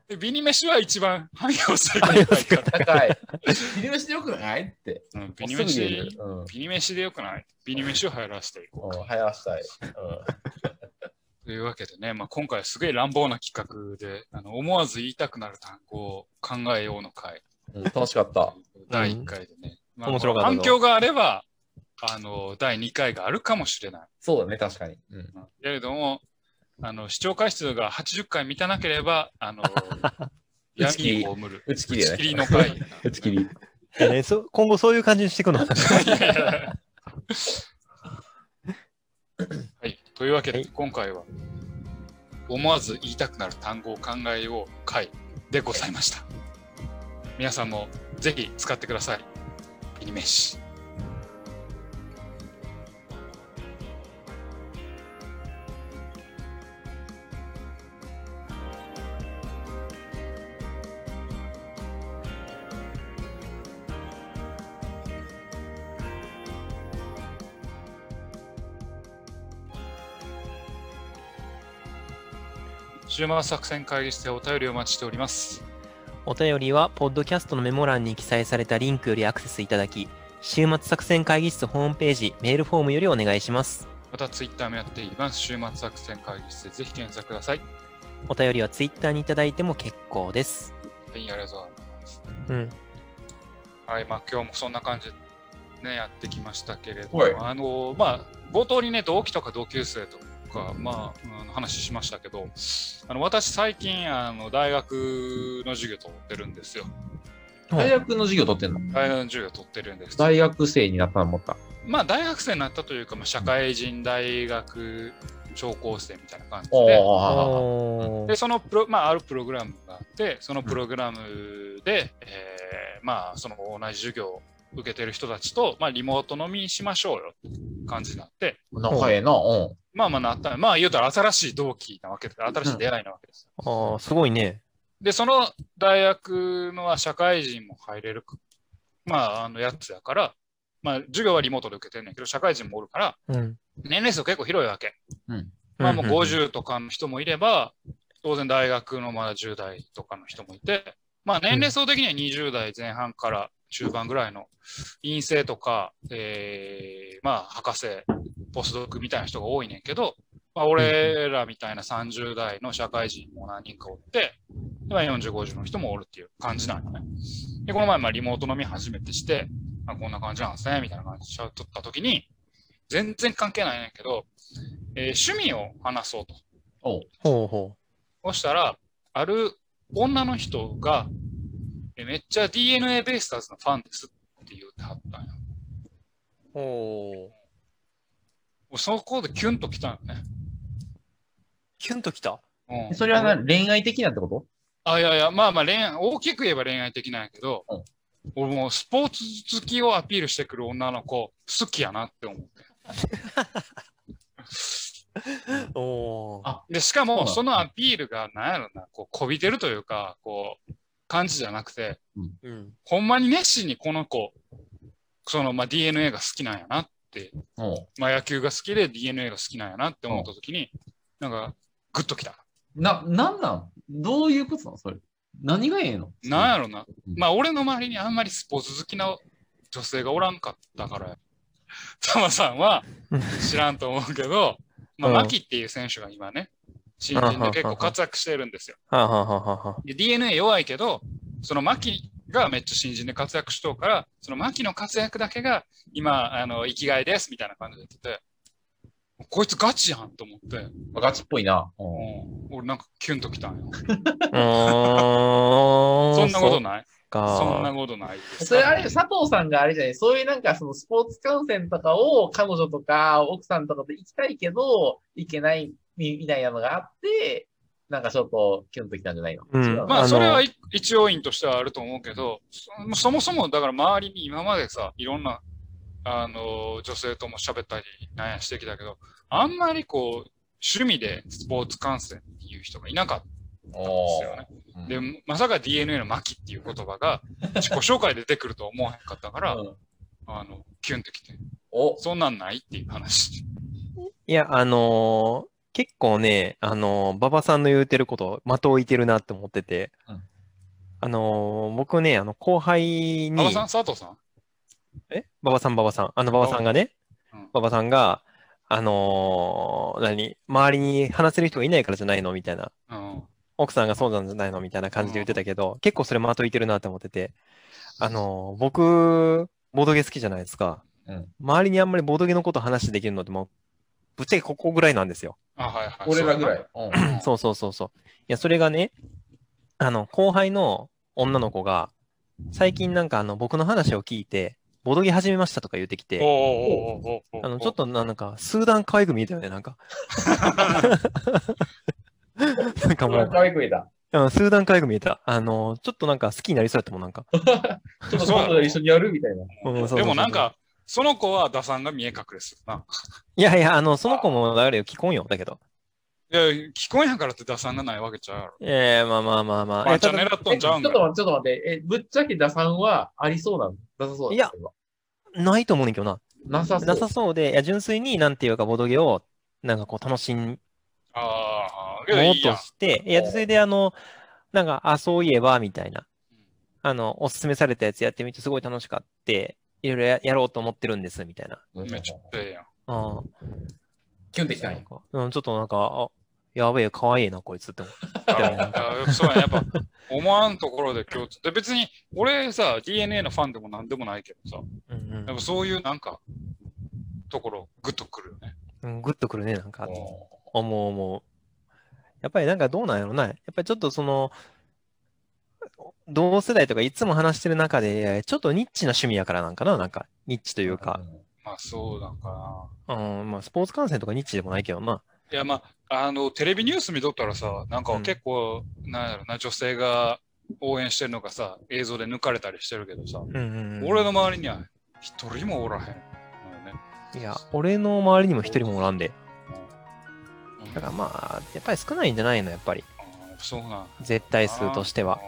[SPEAKER 1] でビニ飯は一番汎用性が高いから。
[SPEAKER 4] 高い。 ビニメシでよくないって。
[SPEAKER 1] うんビニ
[SPEAKER 4] もうすぐ言え
[SPEAKER 1] 飯
[SPEAKER 4] るうん。
[SPEAKER 1] ビニ飯でよくないビニ飯を流行らせていこ
[SPEAKER 4] うん流行らしたい。うん
[SPEAKER 1] う。というわけでね、まあ、今回すげえ乱暴な企画で、あの思わず言いたくなる単語を考えようの回、
[SPEAKER 4] うん楽しかった。
[SPEAKER 1] 第1回でね。まあ
[SPEAKER 3] 面白かったぞ
[SPEAKER 1] 反響があれば、あの、第2回があるかもしれない。
[SPEAKER 4] そうだね、確かに。うん
[SPEAKER 1] だけれども、あの、視聴回数が80回満たなければ、あ の、
[SPEAKER 4] 打ち切り
[SPEAKER 1] 闇に葬る。
[SPEAKER 4] 打ち切りやね
[SPEAKER 1] 打ち切りの回。
[SPEAKER 4] 打ち切り。
[SPEAKER 3] いやねそ今後そういう感じにしていくの。
[SPEAKER 1] はい、というわけ
[SPEAKER 3] は
[SPEAKER 1] で
[SPEAKER 3] い
[SPEAKER 1] 今回は思わず言いたくなる単語を考えよう回でございました皆さんもぜひ使ってくださいビニメシ週末作戦会議室でお便りをお待ちしております
[SPEAKER 3] お便りは、ポッドキャストのメモ欄に記載されたリンクよりアクセスいただき、週末作戦会議室ホームページ、メールフォームよりお願いします。
[SPEAKER 1] ままたツイッターもやっています。週末作戦会議室でぜひ検索ください。はい、
[SPEAKER 3] お便りはツイッターにいただいても結構です。
[SPEAKER 1] ありがとうございます。
[SPEAKER 3] うん。
[SPEAKER 1] はい、まあ今日もそんな感じでね、やってきましたけれども、
[SPEAKER 4] はい
[SPEAKER 1] あのまあ冒頭にね同期とか同級生とかまああの話しましたけど、あの私最近あの大学の授業取ってるんですよ。
[SPEAKER 4] 大学の授業取ってんの
[SPEAKER 1] 大学の授業取ってるんです。
[SPEAKER 2] 大学生になったの思った。
[SPEAKER 1] まあ大学生になったというか、まあ社会人大学聴講生みたいな感じで。
[SPEAKER 4] ああ。
[SPEAKER 3] おー
[SPEAKER 1] でそのプロ、まあ、あるプログラムがあって、そのプログラムで、えーまあ、その同じ授業を受けてる人たちと、まあ、リモート飲みにしましょうよって感じになって、
[SPEAKER 4] 仲ええな。うん。
[SPEAKER 1] まあまあなった、まあ言うたら新しい同期なわけで、新しい出会いなわけです。
[SPEAKER 3] あー、すごいね。
[SPEAKER 1] で、その大学のは社会人も入れる、まあ、あのやつやから、まあ、授業はリモートで受けてるんだけど、社会人もおるから、
[SPEAKER 3] うん。
[SPEAKER 1] 年齢層結構広いわけ。まあもう50とかの人もいれば、当然大学のまだ10代とかの人もいて、まあ年齢層的には20代前半から中盤ぐらいの陰性とか、えーまあ博士、ポスドクみたいな人が多いねんけど、まあ俺らみたいな30代の社会人も何人かおって、今40、50の人もおるっていう感じなんよね。で、この前まあリモート飲み初めてして、あこんな感じなんですね、みたいな感じで撮った時に、全然関係ないねんけど、えー趣味を話そうと。
[SPEAKER 4] おう
[SPEAKER 3] ほうほ
[SPEAKER 1] そしたら、ある女の人が、えめっちゃ DNA ベイスターズのファンですって言ってはったんや。も
[SPEAKER 3] う。ほう。
[SPEAKER 1] うそこでキュンときたんよね。
[SPEAKER 3] キュンときた。
[SPEAKER 1] うん、
[SPEAKER 4] それはな恋愛的なってこと
[SPEAKER 1] あ、いやいや、まあまあ恋愛、大きく言えば恋愛的なんやけど、
[SPEAKER 4] うん
[SPEAKER 1] 俺もうスポーツ好きをアピールしてくる女の子、好きやなって思って。
[SPEAKER 3] おおー。
[SPEAKER 4] あ
[SPEAKER 1] で、しか
[SPEAKER 4] そうな
[SPEAKER 1] も、
[SPEAKER 4] の
[SPEAKER 1] そのアピールが、なんやろな、こう、こびてるというか、こう、感じじゃなくて、
[SPEAKER 3] うん。
[SPEAKER 1] ほんまに熱心にこの子、そのまあ、DNA が好きなんやなって、
[SPEAKER 4] おう
[SPEAKER 1] まあ、野球が好きで DNA が好きなんやなって思った時に、なんか、グッときた。
[SPEAKER 4] な、なんなんどういうことなのそれ。何がええの
[SPEAKER 1] なんやろな。
[SPEAKER 4] うん
[SPEAKER 1] まあ、俺の周りにあんまりスポーツ好きな女性がおらんかったからや、タマさんは
[SPEAKER 3] うん
[SPEAKER 1] 知らんと思うけど、まあ、
[SPEAKER 3] うん
[SPEAKER 1] マキっていう選手が今ね、新人で結構活躍してるんですよ。
[SPEAKER 3] はあ、はあはあはあ、
[SPEAKER 1] で DNA 弱いけど、その牧がめっちゃ新人で活躍しとうから、その牧の活躍だけが今、あの、生きがいですみたいな感じで言ってて、こいつガチやんと思って、
[SPEAKER 4] ガチっぽいな。うん
[SPEAKER 1] うん俺なんかキュンときたんよ。
[SPEAKER 3] うー
[SPEAKER 1] そんなことない
[SPEAKER 3] そっか
[SPEAKER 1] そんなことないです。
[SPEAKER 4] それあれ、佐藤さんがあれじゃない、そういうなんかそのスポーツ観戦とかを彼女とか奥さんとかと行きたいけど、行けないみみたいなのがあって、なんかちょっとキュンときたんじゃないの、
[SPEAKER 3] うん
[SPEAKER 4] 違の
[SPEAKER 1] ま
[SPEAKER 3] あ
[SPEAKER 1] あ、
[SPEAKER 3] の
[SPEAKER 1] それはい一要因としてはあると思うけど、そそもそもだから周りに今までさ、いろんな、あの、女性とも喋ったり、なんやしてきたけど、あんまりこう、趣味でスポーツ観戦っていう人がいなかったんですよね。
[SPEAKER 4] うん
[SPEAKER 1] で、まさか DNA の巻っていう言葉が自己紹介で出てくるとは思わへんかったから、
[SPEAKER 4] うん
[SPEAKER 1] あの、キュンってきて、
[SPEAKER 4] お
[SPEAKER 1] そんなんないっていう話。
[SPEAKER 3] いや、あのー結構ね、あのー馬場さんの言うてること、的を置いてるなって思ってて、
[SPEAKER 4] うん
[SPEAKER 3] あのー僕ね、あの、後輩に、
[SPEAKER 1] 馬場さん、佐藤さん
[SPEAKER 3] え馬場さん、馬場さん。あの、馬場さんがね
[SPEAKER 1] うん、
[SPEAKER 3] 馬場さんが、あのー何周りに話せる人がいないからじゃないのみたいな。
[SPEAKER 1] うん。
[SPEAKER 3] 奥さんがそうなんじゃないのみたいな感じで言ってたけど、結構それ的いてるなって思ってて、あのー僕、ボードゲ好きじゃないですか。
[SPEAKER 4] うん
[SPEAKER 3] 周りにあんまりボードゲのこと話できるのってもう、ぶっちゃけここぐらいなんですよ。
[SPEAKER 1] あ、はいはい。
[SPEAKER 4] 俺らぐら
[SPEAKER 1] い。
[SPEAKER 4] い。うん
[SPEAKER 3] そうそうそうそう。いや、それがね、あの、後輩の女の子が、最近なんかあの、僕の話を聞いて、ボドゲ始めましたとか言ってき
[SPEAKER 1] お
[SPEAKER 3] て、
[SPEAKER 1] おおおお
[SPEAKER 3] あの、ちょっ、とななんか、数段可愛く見えたよね、なん か。なんか
[SPEAKER 4] そ
[SPEAKER 3] も
[SPEAKER 4] れは
[SPEAKER 3] う
[SPEAKER 4] 可愛く見えた。
[SPEAKER 3] うん、数段可愛く見えた。あの、ちょっとなんか好きになりそうやったもん、なんか。
[SPEAKER 4] ちょっと今度一緒にやるみたいな。
[SPEAKER 3] うんそうそうそう
[SPEAKER 1] でもなんか、その子は打算が見え隠れするな。
[SPEAKER 3] いやいや、あの、その子もあれよ、既婚よ、だけど。
[SPEAKER 1] いや、聞こえへんからって打算がないわけちゃうやろ。
[SPEAKER 3] ええまあまあまあまあ。
[SPEAKER 1] ワンチャン
[SPEAKER 3] いやただ
[SPEAKER 1] 狙っと
[SPEAKER 4] え
[SPEAKER 1] ん
[SPEAKER 4] ち
[SPEAKER 1] ち
[SPEAKER 4] ょ
[SPEAKER 1] ゃ
[SPEAKER 4] っ
[SPEAKER 1] うん
[SPEAKER 4] と
[SPEAKER 1] か。
[SPEAKER 4] 待って、ちょっと待って。え、ぶっちゃけ打算はありそうなのなさそうなの
[SPEAKER 3] いや。ないと思うねんけどな。
[SPEAKER 4] なさそう。
[SPEAKER 3] なさそうで、いや、純粋になんていうか、ボドゲを、なんかこう、楽しん
[SPEAKER 1] ああ、けど
[SPEAKER 3] も
[SPEAKER 1] いういや
[SPEAKER 3] と
[SPEAKER 1] ん。
[SPEAKER 3] して、いや、それで、あの、なんか、あ、そういえば、みたいな。あの、おすすめされたやつやってみて、すごい楽しかって、いろいろややろうと思ってるんです、みたいな。
[SPEAKER 1] めっちゃええやん。
[SPEAKER 3] うん。
[SPEAKER 4] キュンってきたん
[SPEAKER 3] な
[SPEAKER 4] や
[SPEAKER 3] ん。かうん、ちょっとなんか、あやべえ、かわいいな、こいつって思ったよねなんか
[SPEAKER 1] ああそうやね、やっぱ、思わんところで共通。で、別に、俺さ、DNA のファンでもなんでもないけどさ、
[SPEAKER 3] うんうん
[SPEAKER 1] やっぱそういうなんか、ところ、グッとくるよね。
[SPEAKER 3] うん、グッとくるね、なんか。
[SPEAKER 4] も
[SPEAKER 3] 思う思う。やっぱりなんかどうなんやろな。やっぱりちょっとその、同世代とかいつも話してる中で、ちょっとニッチな趣味やからなんかな、なんか、ニッチといううか、。
[SPEAKER 1] まあそうだか
[SPEAKER 3] うん、まあスポーツ観戦とかニッチでもないけどな。
[SPEAKER 1] な。いや、まあ、あの、テレビニュース見とったらさ、なんか
[SPEAKER 3] うん
[SPEAKER 1] 結構、なんやろな、女性が応援してるのがさ、映像で抜かれたりしてるけどさ、
[SPEAKER 3] うんうんうん。
[SPEAKER 1] 俺の周りには一人もおらへんのよね。
[SPEAKER 3] いや、俺の周りにも一人もおらんで。
[SPEAKER 1] うん
[SPEAKER 3] だからまあ、やっぱり少ないんじゃないの、やっぱり。
[SPEAKER 1] うんそうなん。
[SPEAKER 3] 絶対数としては。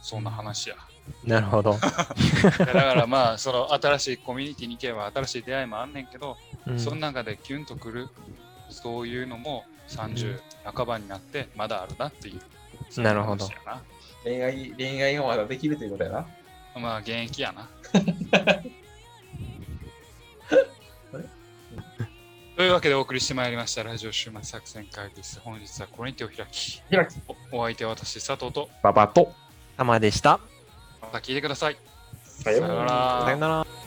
[SPEAKER 1] そんな話や。
[SPEAKER 3] なるほど。
[SPEAKER 1] だからまあ、その新しいコミュニティに行けば新しい出会いもあんねんけど、
[SPEAKER 3] うん
[SPEAKER 1] その中でキュンとくる、そういうのも30半ばになってまだあるなっていう。そういう
[SPEAKER 3] なるほど
[SPEAKER 1] 話や
[SPEAKER 4] 恋愛、恋愛がまだできるということやな。
[SPEAKER 1] なまあ、現役 やな。というわけでお送りしてまいりましたラジオ週末作戦会議室。本日はこれに手を開き、
[SPEAKER 4] 開き
[SPEAKER 1] おお相手は私、佐藤と、
[SPEAKER 2] ババと、
[SPEAKER 3] たまでした。
[SPEAKER 1] また聞いてください。
[SPEAKER 4] さよう
[SPEAKER 1] さような
[SPEAKER 4] なら
[SPEAKER 1] ら
[SPEAKER 3] さよなら。